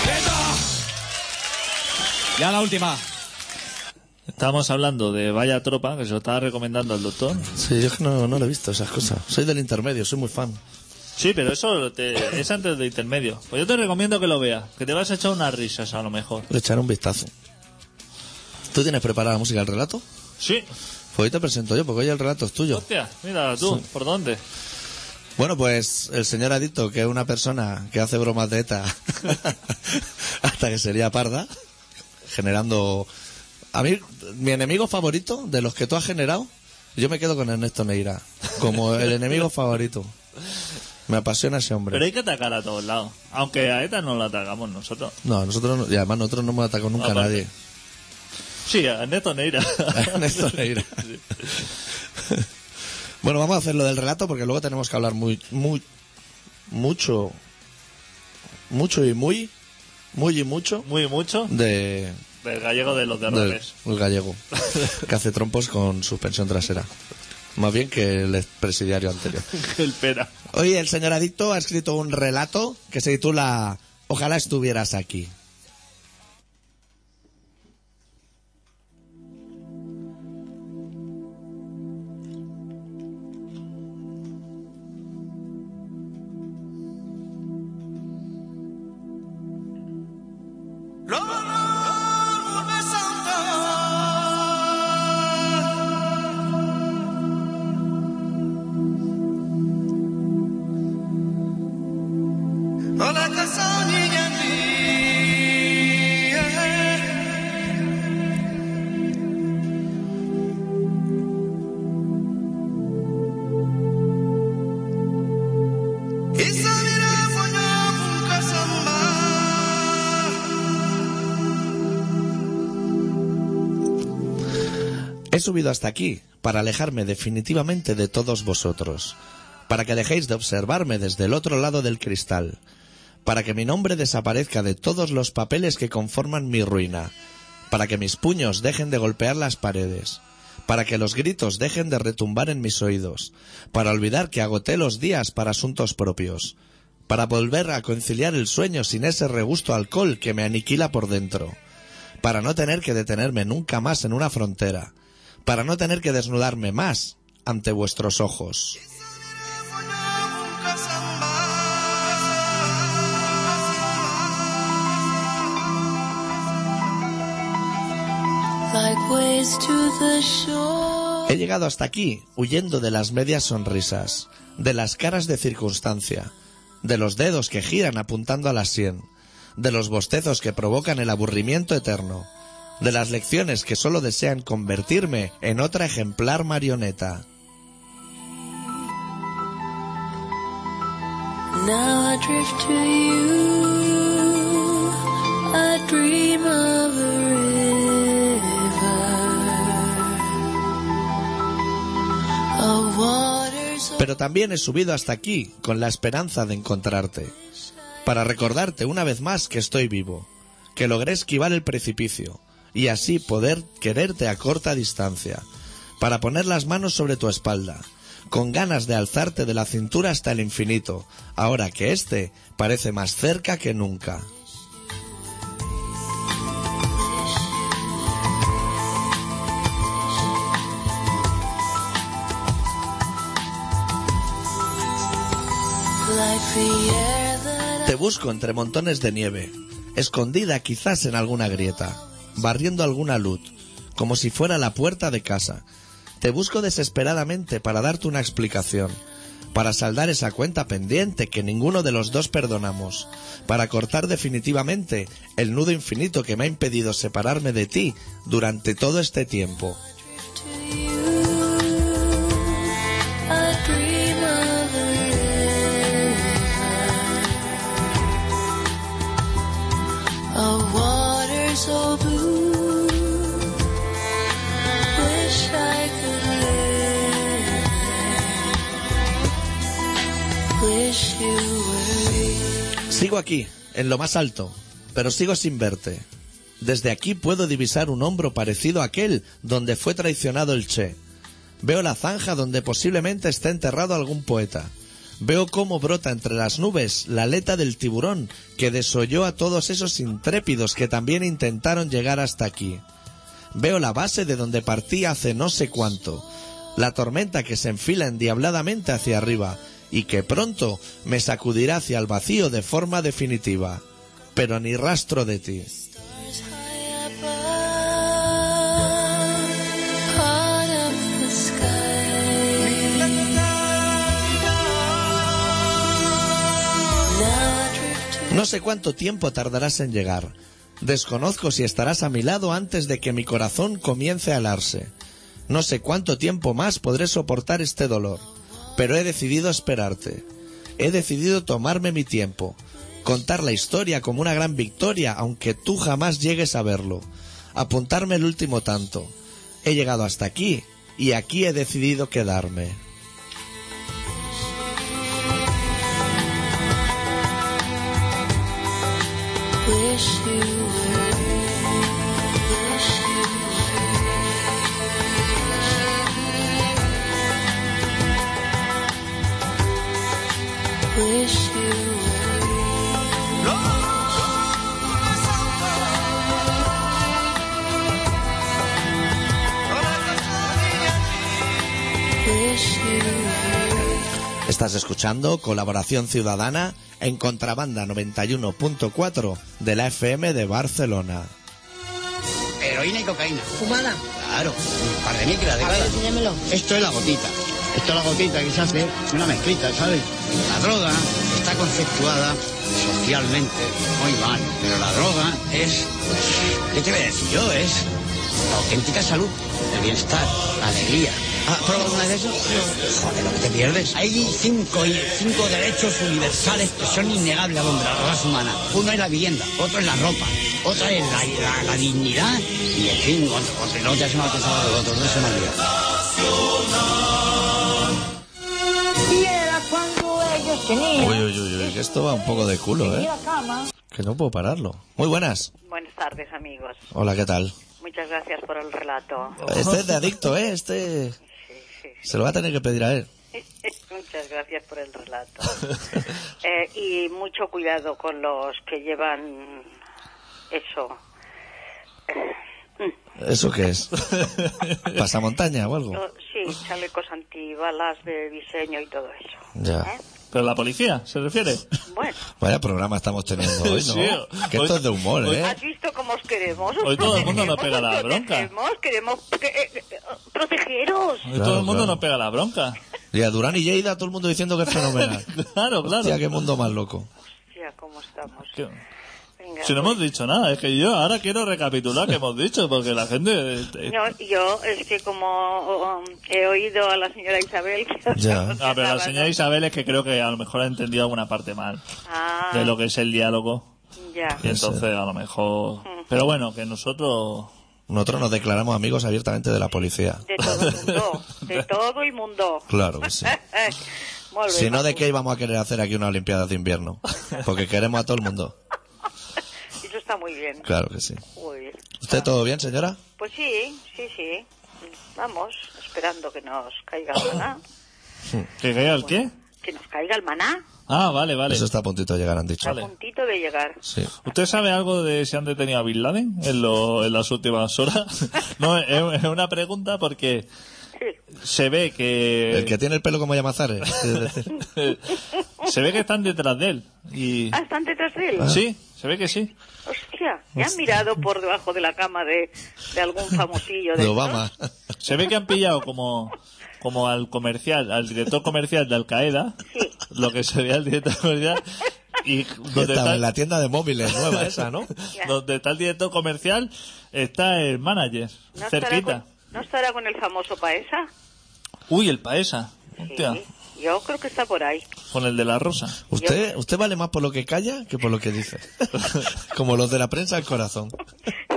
S6: wow. ETA.
S7: Ya la última.
S2: Estábamos hablando de Vaya Tropa, que se lo estaba recomendando al doctor.
S1: Sí, yo es que no, no lo he visto esas cosas. Soy del intermedio, soy muy fan.
S2: Sí, pero eso te- es antes de intermedio. Pues yo te recomiendo que lo veas, que te vas a echar unas risas a lo mejor.
S1: Le echaré un vistazo. ¿Tú tienes preparada la música del relato?
S2: Sí.
S1: Pues hoy te presento yo, porque hoy el relato es tuyo.
S2: Hostia, mira tú, ¿por dónde?
S1: Bueno, pues el señor Adicto, que es una persona que hace bromas de ETA hasta que sería parda, generando... A mí, mi enemigo favorito de los que tú has generado, yo me quedo con Ernesto Neira, como el enemigo favorito. Me apasiona ese hombre.
S2: Pero hay que atacar a todos lados. Aunque a ETA no la atacamos nosotros.
S1: No, nosotros, no- y además nosotros no hemos atacado nunca a
S2: Aparte.
S1: nadie.
S2: Sí, a Ernesto Neira.
S1: A Ernesto Neira. Bueno, vamos a hacer lo del relato porque luego tenemos que hablar muy, muy, mucho, mucho y muy, muy y mucho
S2: Muy mucho
S1: de,
S2: del gallego de los
S1: del
S2: derrotes.
S1: del gallego que hace trompos con suspensión trasera. Más bien que el presidiario anterior.
S2: El pera.
S1: Hoy el señor Adicto ha escrito un relato que se titula Ojalá estuvieras aquí.
S6: L'amor me salta. Hola, que son i en dia. I s'anirà a guanyar un que se'n va.
S1: He subido hasta aquí para alejarme definitivamente de todos vosotros, para que dejéis de observarme desde el otro lado del cristal, para que mi nombre desaparezca de todos los papeles que conforman mi ruina, para que mis puños dejen de golpear las paredes, para que los gritos dejen de retumbar en mis oídos, para olvidar que agoté los días para asuntos propios, para volver a conciliar el sueño sin ese regusto alcohol que me aniquila por dentro para no tener que detenerme nunca más en una frontera, para no tener que desnudarme más ante vuestros ojos.
S8: like waves to the shore.
S1: He llegado hasta aquí huyendo de las medias sonrisas, de las caras de circunstancia, de los dedos que giran apuntando a la sien, de los bostezos que provocan el aburrimiento eterno, de las lecciones que solo desean convertirme en otra ejemplar marioneta.
S8: Now I drift to you. I dream of a river, of waters.
S1: Pero también he subido hasta aquí con la esperanza de encontrarte, para recordarte una vez más que estoy vivo, que logré esquivar el precipicio y así poder quererte a corta distancia, para poner las manos sobre tu espalda, con ganas de alzarte de la cintura hasta el infinito, ahora que éste parece más cerca que nunca.
S8: like the air that
S1: Te busco entre montones de nieve, escondida quizás en alguna grieta, barriendo alguna luz, como si fuera la puerta de casa. Te busco desesperadamente para darte una explicación, para saldar esa cuenta pendiente que ninguno de los dos perdonamos, para cortar definitivamente el nudo infinito que me ha impedido separarme de ti durante todo este tiempo.
S8: to you. I dream of a river, of water so blue. Wish I could live. there. Wish you were here.
S1: Sigo aquí, en lo más alto, pero sigo sin verte. Desde aquí puedo divisar un hombro parecido a aquel donde fue traicionado el Che. Veo la zanja donde posiblemente está enterrado algún poeta. Veo cómo brota entre las nubes la aleta del tiburón que desolló a todos esos intrépidos que también intentaron llegar hasta aquí. Veo la base de donde partí hace no sé cuánto. La tormenta que se enfila endiabladamente hacia arriba y que pronto me sacudirá hacia el vacío de forma definitiva. Pero ni rastro de ti.
S8: High above, part of the sky. Now I drift to
S1: No sé cuánto tiempo tardarás en llegar. Desconozco si estarás a mi lado antes de que mi corazón comience a alarse. No sé cuánto tiempo más podré soportar este dolor, pero he decidido esperarte. He decidido tomarme mi tiempo, contar la historia como una gran victoria, aunque tú jamás llegues a verlo, apuntarme el último tanto. He llegado hasta aquí y aquí he decidido quedarme.
S8: Wish you were. Wish you were. Wish you were. Wish you were.
S1: Estás escuchando Colaboración Ciudadana en Contrabanda 91.4 de la FM de Barcelona.
S9: Heroína y cocaína.
S10: Fumada.
S9: Claro. Un par de micras de
S10: A ver,
S9: cada.
S10: enséñamelo.
S9: Esto es la gotita. Esto es la gotita que se hace una mezclita, ¿sabes? La droga está conceptuada socialmente muy mal, pero la droga es, pues, ¿qué te voy a decir yo? Es la auténtica salud, el bienestar, la alegría. ¿Has probado alguna de eso? Joder, lo que te pierdes. Hay cinco, cinco derechos universales que son innegables a donde la raza humana. Uno es la vivienda, otro es la ropa, otra es la, la- la dignidad y, en fin, otro, otro, no te has alcanzado los otros, no se me ha olvidado.
S10: Y era cuando ellos tenían.
S1: Uy, uy, uy, uy, que esto va un poco de culo, ¿eh?
S10: la cama.
S1: Que no puedo pararlo. Muy buenas.
S5: Buenas tardes, amigos.
S1: Hola, ¿qué tal?
S5: Muchas gracias por el relato.
S1: Este es de adicto, ¿eh? Este se lo va a tener que pedir a él.
S5: Muchas gracias por el relato. Eh, y mucho cuidado con los que llevan eso.
S2: Oh.
S1: ¿Eso qué es? ¿Pasamontaña o algo?
S5: No, sí, chalecos antibalas de diseño y todo eso.
S1: Ya.
S5: ¿eh?
S2: ¿Pero la policía se refiere?
S5: Bueno,
S1: Vaya programa estamos teniendo hoy,
S2: Sí,
S1: ¿no? Que
S2: hoy-
S1: esto es de humor,
S2: hoy-
S1: ¿eh?
S5: ¿has visto cómo os queremos? Os
S2: Hoy Pues todo el mundo nos
S5: protegemos,
S2: pega la
S5: os
S2: bronca.
S5: Protegemos, queremos que- eh, eh, protegeros.
S2: Hoy
S1: Claro,
S2: todo el mundo
S1: claro.
S2: nos pega la bronca.
S1: Y a Durán y Lleida todo el mundo diciendo que es fenomenal.
S2: Claro, claro.
S1: Hostia, qué mundo más loco.
S5: Ya, ¿cómo estamos?
S2: Que-
S5: Venga.
S2: Si no hemos dicho nada, es que yo ahora quiero recapitular que hemos dicho, porque la gente... este,
S5: No, yo es que como um, he oído a la señora Isabel que
S1: Ya.
S2: Ah, pero la señora
S5: Isabel
S2: Isabel es que creo que a lo mejor ha entendido alguna parte mal de lo que es el diálogo.
S5: ah, ya.
S2: Y entonces a lo mejor...
S5: Mm.
S2: Pero bueno, que nosotros...
S1: Nosotros nos declaramos amigos abiertamente de la policía.
S5: De todo el mundo, de todo el mundo. Eh,
S1: Claro que sí.
S5: Molt bé,
S1: Si no, ¿de
S5: maco.
S1: qué íbamos a querer hacer aquí una Olimpiada de invierno? Porque queremos a todo el mundo.
S5: Eso está muy bien.
S1: Claro que sí.
S5: Uy.
S1: ¿Usted todo bien, señora?
S5: Pues sí, sí, sí. Vamos, esperando que nos caiga el maná.
S2: ¿Que caiga el qué?
S5: Que nos caiga el maná,
S2: Ah, vale, vale.
S1: Eso está a puntito de llegar, han dicho.
S5: a puntito de llegar.
S1: Sí.
S2: ¿Usted sabe algo de si han detenido a Bin Laden en, lo- en las últimas horas? No, es, es una pregunta porque
S5: Sí.
S2: se ve que...
S1: El que tiene el pelo como Llamazares. quiere decir.
S2: se ve que están detrás de él. Y...
S5: Ah, están detrás de él.
S2: Sí, se ve que sí.
S5: Hostia, me han mirado por debajo de la cama de, de algún famosillo.
S1: De
S5: estos?
S1: Obama.
S2: Se ve que han pillado como, como al comercial, al director comercial de Al Qaeda,
S5: Sí.
S2: lo que se ve al director comercial, y
S1: Que
S2: donde
S1: estaba
S2: está,
S1: en la tienda de móviles nueva esa, ¿no?
S5: Ya.
S2: donde está el director comercial está el manager,
S5: ¿No Estará
S2: cerquita.
S5: con, ¿No estará con el famoso Paesa?
S2: Uy, el Paesa, hostia,
S5: Sí, yo creo que está por ahí.
S2: con el de la rosa.
S1: Usted, usted vale más por lo que calla que por lo que dice. Como los de la prensa al corazón.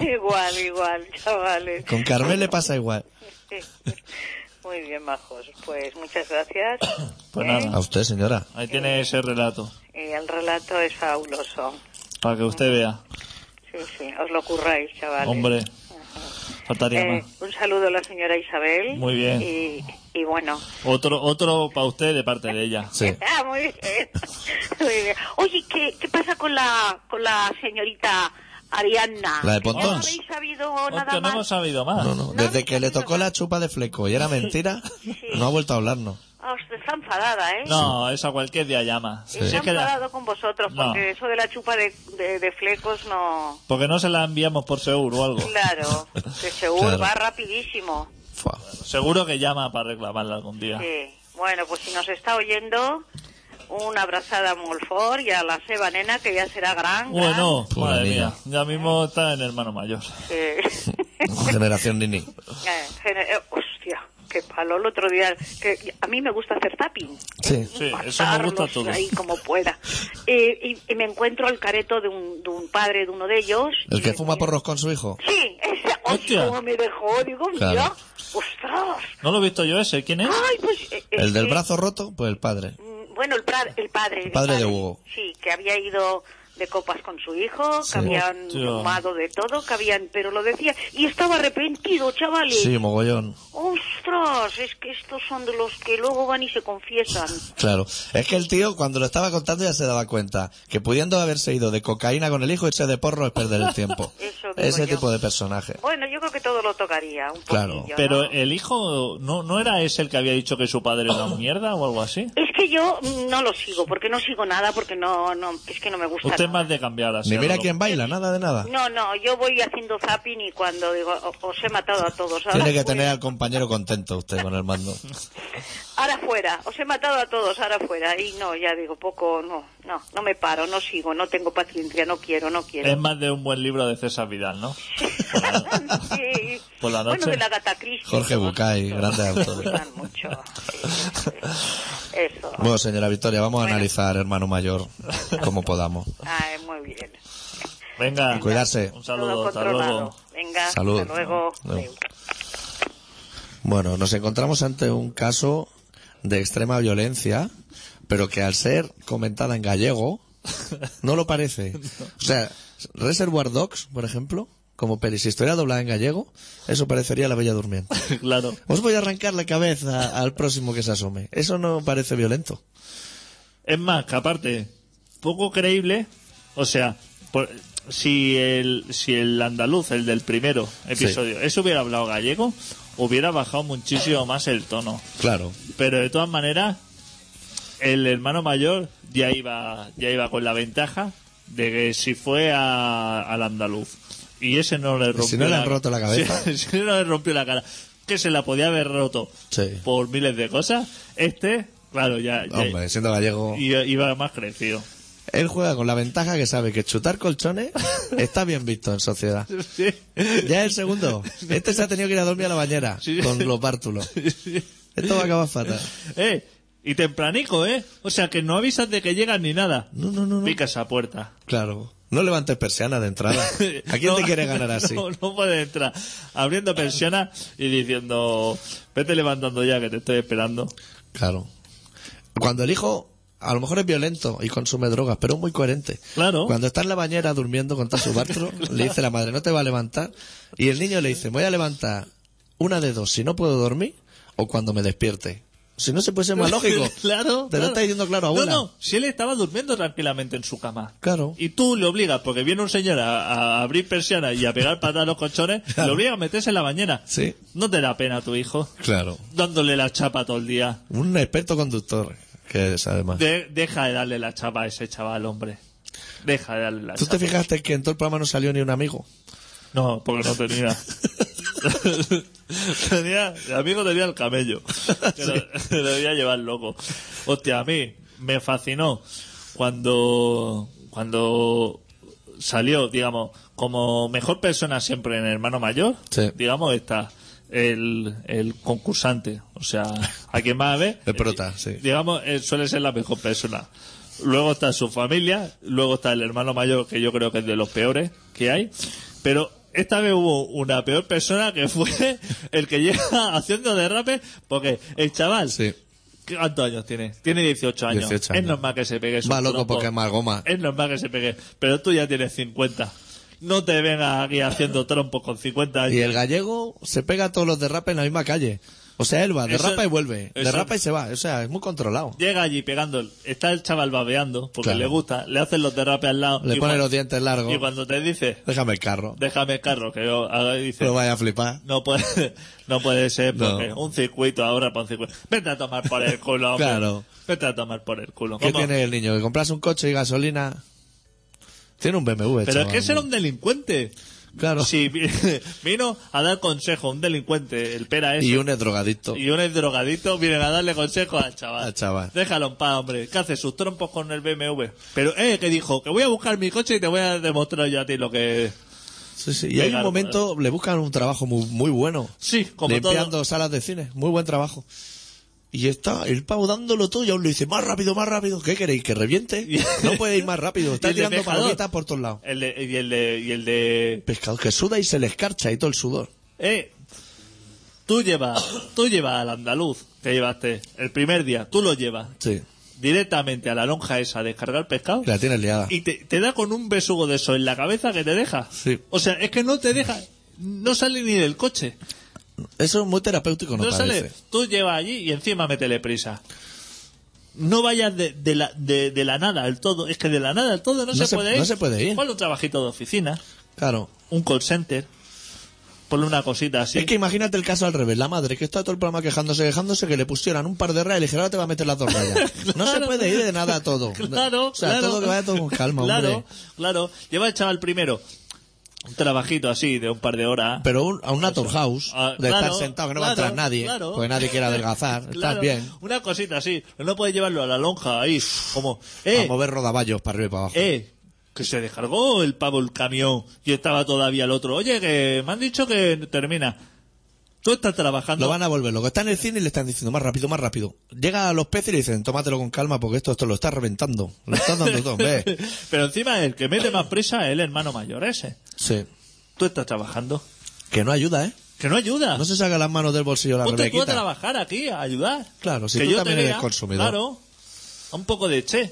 S5: igual, igual, chavales.
S1: Con Carmel le pasa igual.
S5: Muy bien, majos. Pues muchas gracias.
S2: Pues
S5: ¿eh?
S1: A
S2: nada,
S1: usted, señora.
S2: ahí tiene ese relato,
S5: Y Eh, el relato es fabuloso.
S2: para que usted vea.
S5: Sí, sí, os lo curráis, chavales.
S2: Hombre, faltaría
S5: Eh,
S2: más.
S5: un saludo a la señora Isabel.
S2: Muy bien.
S5: Y, y bueno.
S2: Otro, otro para usted de parte de ella.
S1: Sí.
S5: Ah, muy bien. Muy bien. Oye, ¿qué, qué pasa con la, con la señorita Arianna?
S1: ¿La de
S5: ¿Ya no
S1: Pontons?
S5: habéis sabido Pues nada
S2: Hostia, no
S5: más?
S2: hemos sabido más.
S1: No, no. Desde que le tocó la chupa de fleco y era mentira, no ha vuelto a hablarnos.
S5: Ah, usted está enfadada, ¿eh?
S2: No, eso a cualquier día llama.
S1: Sí.
S5: Está
S2: Si es que la-
S5: enfadado con vosotros,
S2: No.
S5: porque eso de la chupa de, de, de flecos no...
S2: Porque no se la enviamos por seguro o algo.
S5: Claro, que seguro
S1: Claro.
S5: va rapidísimo.
S1: Fua.
S2: Seguro que llama para reclamarla algún día.
S5: Sí. Bueno, pues si nos está oyendo, una abrazada a Molfort y a la Seba Nena, que ya será gran. gran.
S2: Bueno,
S1: Pobre
S2: madre
S1: niña.
S2: mía, ya mismo está en hermano mayor.
S5: Eh,
S1: Generación Nini.
S5: eh, gener- eh, hostia, qué palo. El otro día, que a mí me gusta hacer tapping.
S1: Sí.
S2: Sí, eso me gusta a
S5: Matarlos
S2: todos.
S5: Ahí como pueda. Eh, y, y me encuentro al careto de un, de un padre de uno de ellos.
S1: El
S5: y
S1: que
S5: le
S1: fuma
S5: digo,
S1: porros con su hijo.
S5: Sí, ese,
S2: Hostia.
S5: hostia, cómo me dejó, digo, mira,
S1: Claro.
S5: ostras, Dios.
S2: No lo he visto yo ese. ¿Quién es?
S5: Ay, pues, eh, eh,
S1: ¿El del
S5: eh,
S1: brazo roto? Pues el padre.
S5: mm, Bueno, el, pra- el padre. El
S1: padre de Hugo.
S5: Sí, que había ido de copas con su hijo,
S1: Sí.
S5: que habían
S1: Hostia.
S5: fumado de todo, que habían, pero lo decía, y estaba arrepentido, chavales.
S1: Sí, mogollón.
S5: Ostras, es que estos son de los que luego van y se confiesan.
S1: Claro. Es que el tío, cuando lo estaba contando, ya se daba cuenta que pudiendo haberse ido de cocaína con el hijo, irse de porro es perder el tiempo.
S5: Eso digo
S1: Ese
S5: yo.
S1: tipo de personaje.
S5: Bueno, yo creo que todo lo tocaría. Un
S1: Claro.
S5: poquillo, ¿no?
S2: Pero el hijo, ¿no, ¿no era ese el que había dicho que su padre era una mierda o algo así?
S5: Es que yo mm, no lo sigo, porque no sigo nada, porque no, no, es que no me gusta.
S2: Usted es
S5: nada.
S2: más de cambiar así.
S1: Ni mira
S2: algo.
S1: quién baila, nada de nada.
S5: No, no, yo voy haciendo zapping y cuando digo, "O- os he matado a todos. Ahora
S1: Tiene que
S5: fuera,
S1: tener al compañero contento usted con el mando.
S5: ahora fuera, os he matado a todos, ahora fuera. Y no, ya digo, poco, no, no, no me paro, no sigo, no tengo paciencia, no quiero, no
S2: Es
S5: quiero.
S2: más de un buen libro de César Vidal, ¿no?
S5: Sí.
S2: Por la
S5: Bueno,
S2: noche.
S5: de la Gatacristi.
S1: Jorge Bucay, grande autor.
S5: mucho. Eso.
S1: Bueno, señora Victoria, vamos a analizar hermano mayor como podamos.
S5: Ay, muy bien.
S2: Venga,
S1: Cuidarse.
S2: un
S5: Todo
S2: saludo, hasta
S5: controlado.
S2: luego.
S5: Venga,
S1: Salud.
S5: hasta luego.
S1: Adeu. Bueno, nos encontramos ante un caso de extrema violencia, pero que al ser comentada en gallego, no lo parece. O sea, Reservoir Dogs, por ejemplo, como peli, si estuviera doblada en gallego, eso parecería La Bella Durmiente.
S2: claro.
S1: Os voy a arrancar la cabeza al próximo que se asome. Eso no parece violento.
S2: Es más, que aparte, poco creíble, o sea, por- si, el, si el andaluz, el del primero episodio, eso hubiera hablado gallego, hubiera bajado muchísimo más el tono.
S1: Claro.
S2: Pero de todas maneras, el hermano mayor ya iba, ya iba con la ventaja de que si fue a- al andaluz y ese no le rompió
S1: si no le
S2: la,
S1: han roto la cabeza.
S2: Si, si no le rompió la cara, que se la podía haber roto
S1: Sí.
S2: por miles de cosas, este, claro, ya, ya
S1: Hombre, siendo gallego...
S2: y- iba más crecido.
S1: Él juega con la ventaja que sabe que chutar colchones está bien visto en sociedad.
S2: Sí.
S1: Ya el segundo. Este se ha tenido que ir a dormir a la bañera
S2: Sí.
S1: con los bártulos. Esto va a acabar fatal.
S2: Eh, y tempranico, ¿eh? O sea, que no avisas de que llegas ni nada.
S1: No, no, no, no.
S2: Pica esa puerta.
S1: Claro. No levantes persiana de entrada. ¿A quién
S2: No,
S1: te quiere ganar así?
S2: No, no puede entrar. Abriendo persianas y diciendo, vete levantando ya que te estoy esperando.
S1: Claro. Cuando el hijo a lo mejor es violento y consume drogas, pero es muy coherente.
S2: Claro.
S1: Cuando está en la bañera durmiendo con su bártulo, le dice la madre, no te va a levantar. Y el niño le dice, voy a levantar una de dos, si no puedo dormir o cuando me despierte. Si no se puede ser más lógico.
S2: claro.
S1: Te
S2: claro.
S1: lo está diciendo claro, abuela.
S2: No, no, si él estaba durmiendo tranquilamente en su cama.
S1: Claro.
S2: Y tú le obligas, porque viene un señor a, a abrir persianas y a pegar patas a los colchones,
S1: Claro.
S2: le obligas a meterse en la bañera.
S1: Sí.
S2: No te da pena a tu hijo.
S1: Claro.
S2: Dándole la chapa todo el día.
S1: Un experto conductor, que es además.
S2: De- deja de darle la chapa a ese chaval, hombre. Deja de darle la
S1: ¿Tú
S2: chapa.
S1: te fijaste que en todo el programa no salió ni un amigo?
S2: No, porque no tenía. tenía. El amigo tenía el camello. Que lo, que lo debía llevar loco. Hostia, a mí me fascinó cuando. Cuando salió, digamos, como mejor persona siempre en Hermano Mayor,
S1: Sí.
S2: digamos, está el, el concursante. O sea, a quien más ve.
S1: El prota, sí.
S2: Digamos, él suele ser la mejor persona. Luego está su familia, luego está el hermano mayor, que yo creo que es de los peores que hay. Pero esta vez hubo una peor persona que fue el que llega haciendo derrape, porque el chaval.
S1: Sí.
S2: ¿Cuántos años tiene? Tiene 18 años.
S1: 18 años.
S2: Es normal que se pegue. sus
S1: Va loco
S2: trompos.
S1: porque es más goma.
S2: Es normal que se pegue. Pero tú ya tienes 50. No te vengas aquí haciendo trompos con 50 años.
S1: Y el gallego se pega a todos los derrapes en la misma calle. O sea, él va,
S2: Eso-
S1: derrapa y vuelve,
S2: eso-
S1: derrapa y se va. O sea, es muy controlado.
S2: Llega allí pegando, está el chaval babeando, porque
S1: Claro.
S2: le gusta, le hacen los derrapes al lado.
S1: Le
S2: y
S1: pone
S2: cuando-
S1: los dientes largos.
S2: Y cuando te dice,
S1: Déjame el carro.
S2: déjame el carro, que yo, ahora dice,
S1: No vaya a flipar.
S2: no puede, no puede ser,
S1: No.
S2: porque un circuito ahora para un circuito. Vete a tomar por el culo, hombre.
S1: Claro.
S2: Vete a tomar por el culo.
S1: ¿Qué
S2: ¿Cómo?
S1: tiene el niño? ¿Que compras un coche y gasolina? Tiene un BMW,
S2: Pero es
S1: chaval.
S2: que ese era un delincuente.
S1: Claro.
S2: Sí, vi- vino a dar consejo, un delincuente, el pera ese.
S1: Y un es drogadicto.
S2: Y un drogadito vienen a darle consejos al chaval.
S1: Al chaval.
S2: Déjalo en paz, hombre. Que hace sus trompos con el BMW. Pero, eh, que dijo, que voy a buscar mi coche y te voy a demostrar yo a ti lo que...
S1: Sí, sí. Y hay un
S2: Venga,
S1: momento, le buscan un trabajo muy, muy bueno.
S2: Sí, como
S1: limpiando
S2: todo.
S1: salas de cine. Muy buen trabajo. Y está el pavo dándolo todo y aún le dice, más rápido, más rápido. ¿Qué queréis? ¿Que reviente? No puede ir más rápido.
S2: Y
S1: Está
S2: el de
S1: tirando
S2: pescador.
S1: palomitas por todos lados.
S2: El de, y el de, y el de...
S1: Pescado que suda y se le escarcha y todo el sudor.
S2: Eh, Tú llevas, tú llevas al andaluz que llevaste el primer día, tú lo llevas
S1: Sí.
S2: directamente a la lonja esa a descargar pescado
S1: La tienes liada.
S2: y te, te da con un besugo de eso en la cabeza que te deja.
S1: Sí.
S2: O sea, es que no te deja, no sale ni del coche.
S1: Eso es muy terapéutico, no,
S2: No sale.
S1: parece.
S2: Tú llevas allí y encima métele prisa. No vayas de, de la, de, de la nada al todo. Es que de la nada al todo no,
S1: No se-
S2: puede ir.
S1: no se puede ir.
S2: Ponle un trabajito de oficina,
S1: Claro.
S2: un call center, ponle una cosita así.
S1: Es que imagínate el caso al revés. La madre que está todo el programa quejándose, quejándose, que le pusieran un par de rayas y le dijeron, ahora te va a meter las dos rayas. No se
S2: Claro.
S1: puede ir de nada a todo.
S2: Claro,
S1: O sea,
S2: claro.
S1: todo que vaya todo con calma,
S2: Claro,
S1: hombre.
S2: claro. Lleva el chaval primero un trabajito así de un par de horas.
S1: Pero un- a un Nator House,
S2: Ah,
S1: de
S2: claro,
S1: estar sentado, que no va a
S2: claro,
S1: entrar nadie,
S2: claro.
S1: porque nadie quiere adelgazar. Estás
S2: Claro,
S1: bien.
S2: Una cosita así. No puedes llevarlo a la lonja ahí, como, eh,
S1: A mover rodaballos para arriba y para abajo.
S2: Eh, que se descargó el pavo el camión y estaba todavía el otro. Oye, que me han dicho que termina. Tú estás trabajando.
S1: Lo van a volver loco. Está en el cine y le están diciendo más rápido, más rápido. Llega a los peces y le dicen, tómatelo con calma porque esto, esto lo está reventando. Lo estás dando todo, ve.
S2: Pero encima el que mete más prisa es el hermano mayor ese.
S1: Sí.
S2: Tú estás trabajando.
S1: Que no ayuda, ¿eh?
S2: Que no ayuda.
S1: No se saca las manos del bolsillo la
S2: Ah. Ponte tú a
S1: rebequita.
S2: trabajar aquí, a ayudar.
S1: Claro, si
S2: que
S1: tú
S2: yo te
S1: también eres
S2: vea,
S1: consumidor.
S2: Claro. A un poco de che.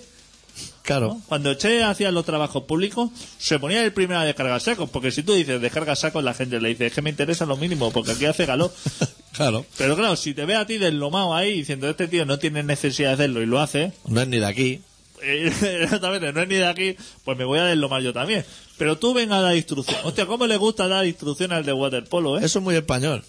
S1: Claro.
S2: Cuando Che hacía los trabajos públicos, se ponía el primero a descargar sacos. Porque si tú dices descarga sacos, la gente le dice, es que me interesa lo mínimo, porque aquí hace calor.
S1: Claro.
S2: Pero claro, si te ve a ti deslomado ahí diciendo este tío no tiene necesidad de hacerlo y lo hace,
S1: No es ni de aquí.
S2: eh, exactamente, no es ni de aquí, pues me voy a deslomar yo también. Pero tú ven a dar instrucción. Hostia, ¿cómo le gusta dar instrucción al de waterpolo, eh?
S1: Eso es muy español.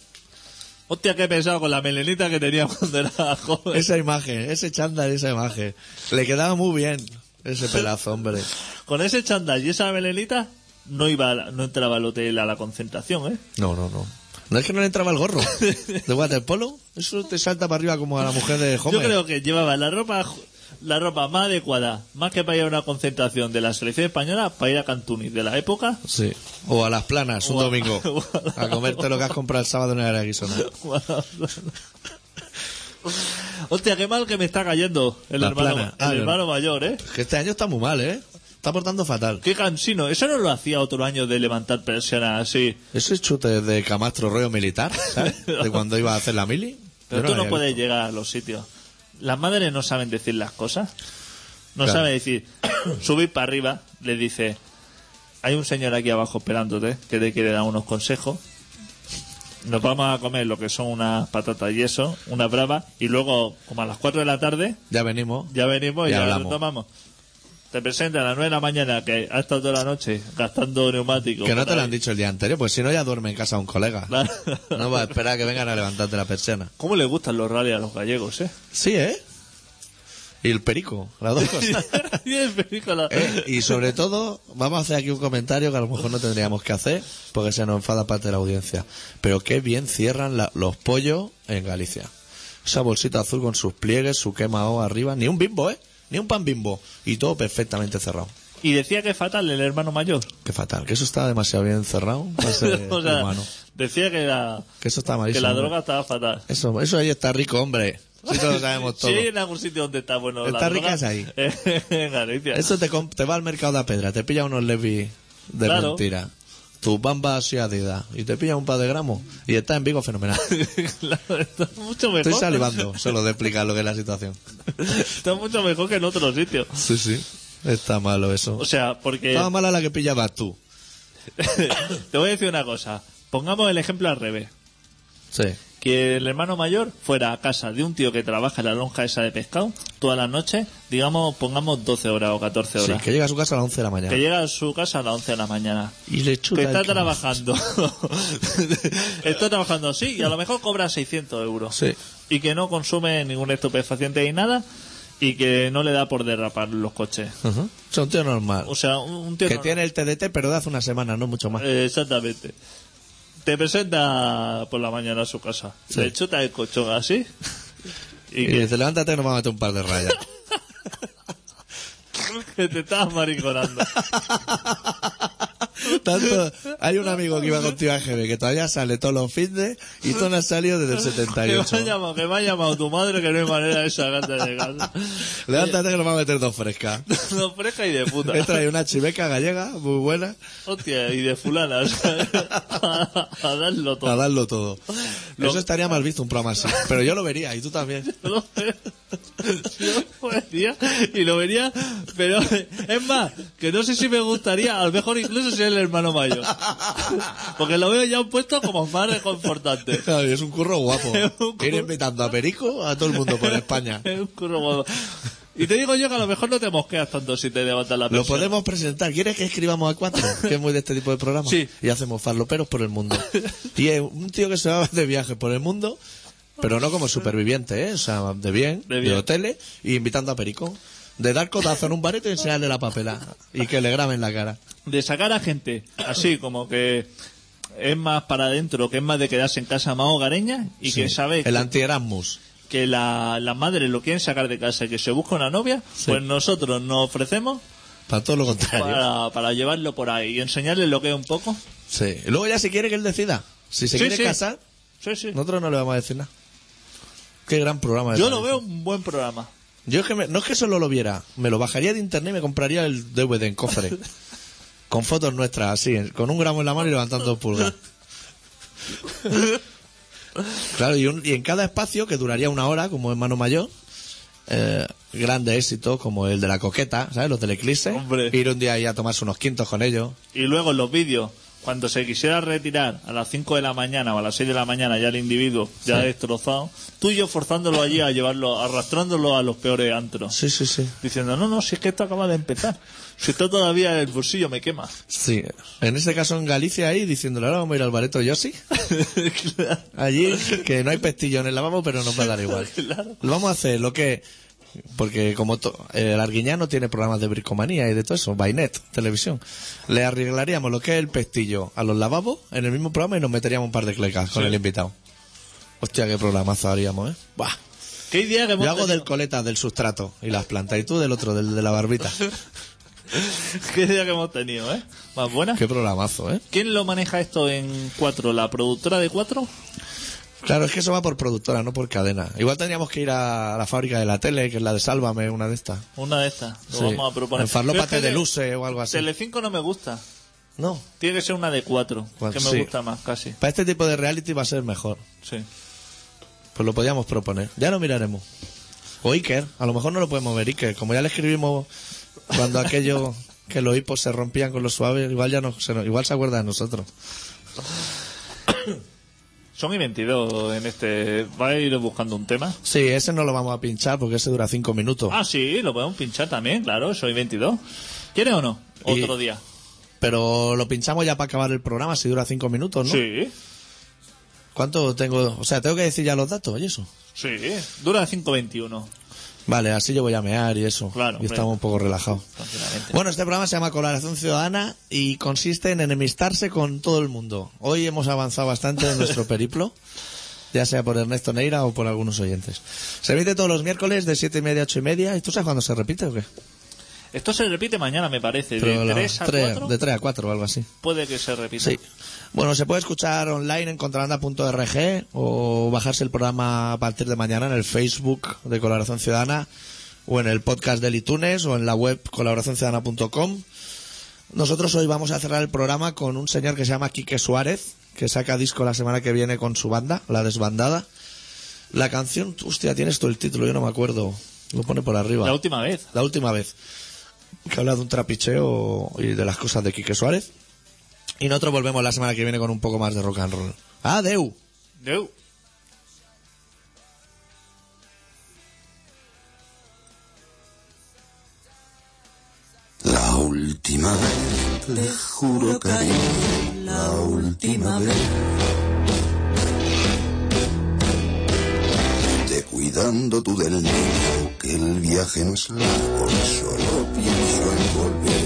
S2: Hostia, qué pesado con la melenita que tenía cuando era joven.
S1: Esa imagen, ese chándal, esa imagen. Le quedaba muy bien ese pedazo, hombre.
S2: Con ese chandal y esa melenita no iba a la- no entraba al hotel a la concentración, eh.
S1: No, no, no. No es que no le entraba el gorro de waterpolo. Eso te salta para arriba como a la mujer de Homer.
S2: Yo creo que llevaba la ropa la ropa más adecuada, más que para ir a una concentración de la selección española, para ir a Cantunis de la época
S1: Sí. O a las planas un
S2: O a-
S1: domingo.
S2: o a la-
S1: A comerte lo que has comprado el sábado en el Araguisona.
S2: Hostia, qué mal que me está cayendo el,
S1: La
S2: hermano,
S1: plana.
S2: el
S1: Ah,
S2: hermano mayor, ¿eh?
S1: Que este año está muy mal, ¿eh? Está portando fatal.
S2: Qué cansino. Eso no lo hacía otro año de levantar persianas así.
S1: Ese chute de camastro rollo militar, ¿sabes? De cuando iba a hacer la mili.
S2: Pero
S1: Yo
S2: tú no
S1: había
S2: puedes
S1: visto.
S2: llegar a los sitios. Las madres no saben decir las cosas. No
S1: Claro.
S2: saben decir, subir para arriba, le dice, hay un señor aquí abajo esperándote que te quiere dar unos consejos. Nos vamos a comer lo que son unas patatas y eso, unas bravas, y luego, como a las 4 de la tarde,
S1: Ya venimos.
S2: Ya venimos y
S1: Ya
S2: ya,
S1: hablamos.
S2: lo tomamos. Te presenta a las 9 de la mañana que ha estado toda la noche gastando neumáticos.
S1: Que no te
S2: para
S1: lo han
S2: ir.
S1: dicho el día anterior, pues si no ya duerme en casa un colega.
S2: Claro.
S1: No va a esperar a que vengan a levantarte la persiana.
S2: ¿Cómo le gustan los rallies a los gallegos, eh?
S1: Sí, ¿eh? Y el perico, las dos cosas.
S2: Y el película.
S1: Eh, Y sobre todo, vamos a hacer aquí un comentario que a lo mejor no tendríamos que hacer, porque se nos enfada parte de la audiencia. Pero qué bien cierran la- los pollos en Galicia. Esa bolsita azul con sus pliegues, su quemado arriba, ni un bimbo, ¿eh? Ni un pan bimbo. Y todo perfectamente cerrado.
S2: Y decía que es fatal el hermano mayor.
S1: Qué fatal, que eso está demasiado bien cerrado para ser
S2: O sea,
S1: humano.
S2: decía que la,
S1: Que eso está
S2: que
S1: malísimo.
S2: la
S1: hombre.
S2: droga estaba fatal.
S1: Eso, eso ahí está rico, hombre. Sí, todo lo sabemos todo.
S2: Sí, en algún sitio donde está bueno la
S1: Está rica
S2: droga.
S1: es ahí.
S2: en Galicia.
S1: Eso te, comp- te va al mercado de pedra, te pilla unos Levi de
S2: Claro.
S1: mentira. Tu bamba así Adidas y te pilla un par de gramos y está en Vigo fenomenal.
S2: Claro, está mucho mejor.
S1: Estoy salivando solo de explicar lo que es la situación.
S2: Está mucho mejor que en otro sitio.
S1: Sí, sí. Está malo eso.
S2: O sea, porque...
S1: Estaba mala la que pillabas tú.
S2: Te voy a decir una cosa. Pongamos el ejemplo al revés.
S1: Sí.
S2: Que el hermano mayor fuera a casa de un tío que trabaja en la lonja esa de pescado todas las noches, digamos, pongamos 12 horas o 14
S1: Sí,
S2: horas.
S1: que llega a su casa a las 11 de la mañana.
S2: que llega a su casa a las 11 de la mañana.
S1: Y le chuta
S2: Que está
S1: el camión.
S2: trabajando. está trabajando así y a lo mejor cobra 600 euros.
S1: Sí.
S2: Y que no consume ningún estupefaciente ni nada y que no le da por derrapar los coches.
S1: Ujú. Es un tío normal.
S2: O sea, un, un tío
S1: que
S2: normal.
S1: tiene el TDT, pero de hace una semana, no mucho más.
S2: Eh, Exactamente. Te presenta por la mañana a su casa.
S1: Sí.
S2: Le chuta el colchón así.
S1: y
S2: Y
S1: le
S2: que,
S1: dice, levántate que nos vamos a meter un par de rayas.
S2: que te estás mariconando.
S1: Tanto- hay un amigo que iba contigo a GB que todavía sale todos los fines y tú no has salido desde el
S2: Que me, ha
S1: 78.
S2: llamado, que me ha llamado tu madre que no hay manera de sacarte de casa.
S1: Levántate que nos va a meter dos frescas.
S2: No, fresca y de puta.
S1: He traído una chiveca gallega muy buena
S2: Hostia, y de fulana. o sea, a, darlo todo.
S1: a darlo todo.
S2: Lo-
S1: Eso estaría mal visto un programa así, pero yo lo vería y tú también.
S2: Yo lo vería pues, y lo vería, pero es más, que no sé si me gustaría, a lo mejor incluso si es el hermano mayor. Porque lo veo ya un puesto como más reconfortante.
S1: Ay, es un curro guapo.
S2: Es un curro.
S1: Ir invitando a Perico a todo el mundo por España.
S2: Es un curro guapo. Y te digo yo que a lo mejor no te mosqueas tanto si te levantas la
S1: Lo
S2: persiana.
S1: podemos presentar. ¿Quieres que escribamos a cuatro? Que es muy de este tipo de programas.
S2: Sí.
S1: Y hacemos farloperos por el mundo. Y es un tío que se va de viaje por el mundo, pero no como superviviente, ¿eh? O sea, de bien,
S2: De
S1: de,
S2: bien.
S1: hoteles, y invitando a Perico. De dar codazo en un barete y enseñarle la papela. Y que le graben la cara.
S2: de sacar a gente así como que es más para adentro, que es más de quedarse en casa más hogareña y
S1: Sí.
S2: que sabe
S1: El
S2: que,
S1: anti-Erasmus.
S2: que la- las madres lo quieren sacar de casa y que se busca una novia, pues nosotros nos ofrecemos
S1: Para todo lo contrario.
S2: para, para llevarlo por ahí y enseñarle lo que es un poco.
S1: Sí. Y luego ya si quiere que él decida. Si se
S2: Sí,
S1: quiere
S2: sí.
S1: casar,
S2: Sí, sí.
S1: nosotros no le vamos a decir nada. Qué gran programa. de
S2: Yo lo
S1: televisión.
S2: veo un buen programa.
S1: Yo es que me- no es que solo lo viera, me lo bajaría de internet y me compraría el DVD en cofre. con fotos nuestras, así, con un gramo en la mano y levantando pulgar. claro, y, un- y en cada espacio, que duraría una hora, como hermano mayor, eh, grandes éxitos como el de la coqueta, ¿sabes? Los del eclipse.
S2: Hombre.
S1: Ir un día ahí a tomarse unos quintos con ellos.
S2: Y luego en los vídeos, cuando se quisiera retirar a las 5 de la mañana o a las 6 de la mañana ya el individuo ya destrozado, tú y yo forzándolo allí a llevarlo, arrastrándolo a los peores antros.
S1: Sí, sí, sí.
S2: diciendo, no, no, si es que esto acaba de empezar. Si está todavía en el bolsillo, me quema.
S1: Sí. En este caso en Galicia ahí, diciéndole, ahora vamos a ir al bareto Yossi.
S2: Claro.
S1: Allí, que no hay pestillo en el lavabo, pero nos va a dar igual. Lo vamos a hacer, lo que... Porque como to- el Arguiñano tiene programas de bricomanía y de todo eso, Bainet, televisión. Le arreglaríamos lo que es el pestillo a los lavabos en el mismo programa y nos meteríamos un par de clecas con
S2: Sí.
S1: el invitado. Hostia, qué programazo haríamos, ¿eh? Buah.
S2: ¿Qué idea que hemos
S1: Yo hago del
S2: tenido?
S1: coleta, del sustrato y las plantas, y tú del otro, del de la barbita.
S2: ¿Qué idea que hemos tenido, eh? ¿Más buena?
S1: Qué programazo, ¿eh?
S2: ¿Quién lo maneja esto en cuatro? ¿La productora de cuatro?
S1: Claro, es que eso va por productora, no por cadena. Igual tendríamos que ir a la fábrica de la tele, que es la de Sálvame, una de estas.
S2: Una de estas. Lo
S1: Sí.
S2: vamos a proponer.
S1: En Farlopa
S2: Pero es que
S1: Teleluce o algo así.
S2: Telecinco no me gusta.
S1: No.
S2: Tiene que ser una de cuatro.
S1: Cuatro,
S2: que me
S1: sí.
S2: gusta más, casi.
S1: Para este tipo de reality va a ser mejor.
S2: Sí.
S1: Pues lo podíamos proponer. Ya lo miraremos. O Iker. A lo mejor no lo podemos ver Iker. Como ya le escribimos cuando aquello que los hipos se rompían con los suaves, igual ya no, se, nos- igual se acuerda de nosotros.
S2: Son y 22 en este. Va a ir buscando un tema.
S1: Sí, ese no lo vamos a pinchar porque ese dura cinco minutos.
S2: Ah, sí, lo podemos pinchar también, claro. Soy 22. ¿Quieres o no?
S1: Y-
S2: Otro día.
S1: Pero lo pinchamos ya para acabar el programa si dura cinco minutos, ¿no?
S2: Sí.
S1: ¿Cuánto tengo? O sea, tengo que decir ya los datos y eso.
S2: Sí, dura 5.21,
S1: Vale, así yo voy a mear y eso. Y
S2: Claro, hombre.
S1: estamos un poco relajados.
S2: tranquilamente.
S1: Bueno, este programa se llama Colaboración Ciudadana y consiste en enemistarse con todo el mundo. Hoy hemos avanzado bastante en nuestro periplo, ya sea por Ernesto Neira o por algunos oyentes. Se emite todos los miércoles de siete y media a ocho y media. ¿Y tú sabes cuándo se repite o qué?
S2: Esto se repite mañana, me parece.
S1: Pero
S2: de
S1: la-
S2: 3 a
S1: tres-
S2: 4
S1: de tres a cuatro o algo así.
S2: puede que se repita.
S1: Sí. Bueno, se puede escuchar online en contrabanda.org o bajarse el programa a partir de mañana en el Facebook de Colaboración Ciudadana o en el podcast del iTunes o en la web colaboracionciudadana.com. Nosotros hoy vamos a cerrar el programa con un señor que se llama Quique Suárez, que saca disco la semana que viene con su banda, La Desbandada. La canción, hostia, tienes tú el título, yo no me acuerdo. Lo pone por arriba.
S2: La última vez.
S1: La última vez que habla de un trapicheo y de las cosas de Quique Suárez. Y nosotros volvemos la semana que viene con un poco más de rock and roll. ¡Adeu!
S2: Deu.
S11: La última vez, te juro cariño, la última vez. Te cuidando tú del niño, que el viaje no es largo y solo pienso en volver.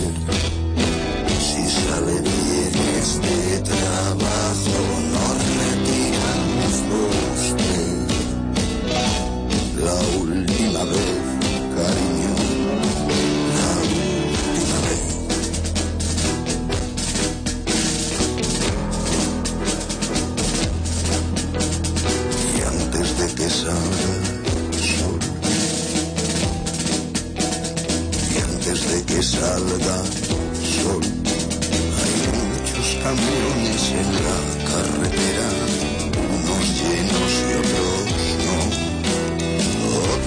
S11: Si sale bien este trabajo, nos retiramos los tres. La última vez, cariño. La última vez. salga el sol. Y antes de que salga el sol, hay muchos camiones en la carretera, unos llenos y otros no,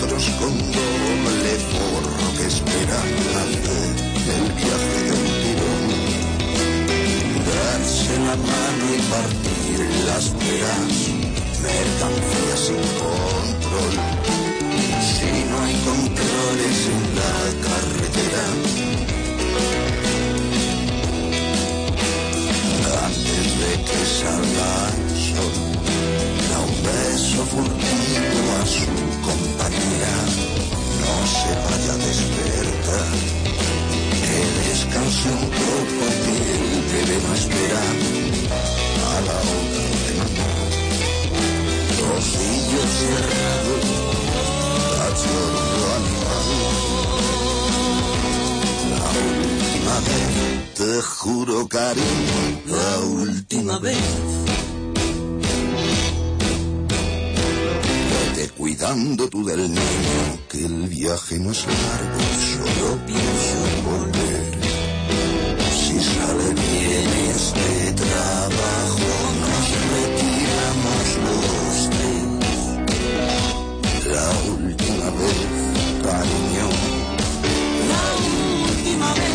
S11: otros con doble forro que esperan hacer el viaje de un tirón darse la mano y partir las peras, mercancía sin control. Si no hay controles en la carretera, antes de que salga el sol, da un beso furtivo a su compañera, no se vaya a despertar que descanse un poco que el bebé no espera a la hora de mamá. Rocillo cerrado, cachorro animado. La última vez, te juro cariño, la última vez. Vete cuidando tú del niño, que el viaje no es largo, solo pienso en volver. Si sale bien este trabajo, nos retiramos los tres. La última vez, cariño. La última vez.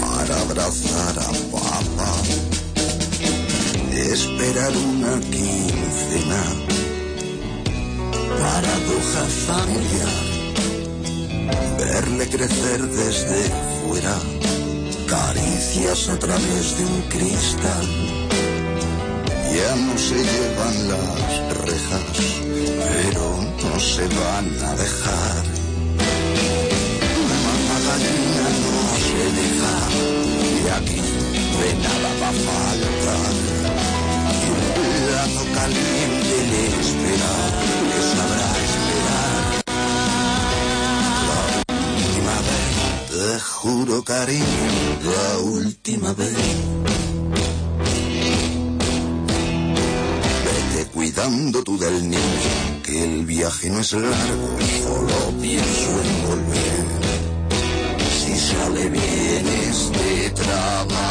S11: para abrazar a papá, esperar una quincena, paradoja familiar, verle crecer desde fuera, caricias a través de un cristal, ya no se llevan las rejas, pero no se van a dejar. La mamá gallina no se deja y aquí de nada va a faltar. Y un plato caliente le espera, le sabrá esperar. La última vez, te juro cariño, la última vez. Vete cuidando tú del niño, que el viaje no es largo, solo pienso en volver. Si sale bien este trabajo,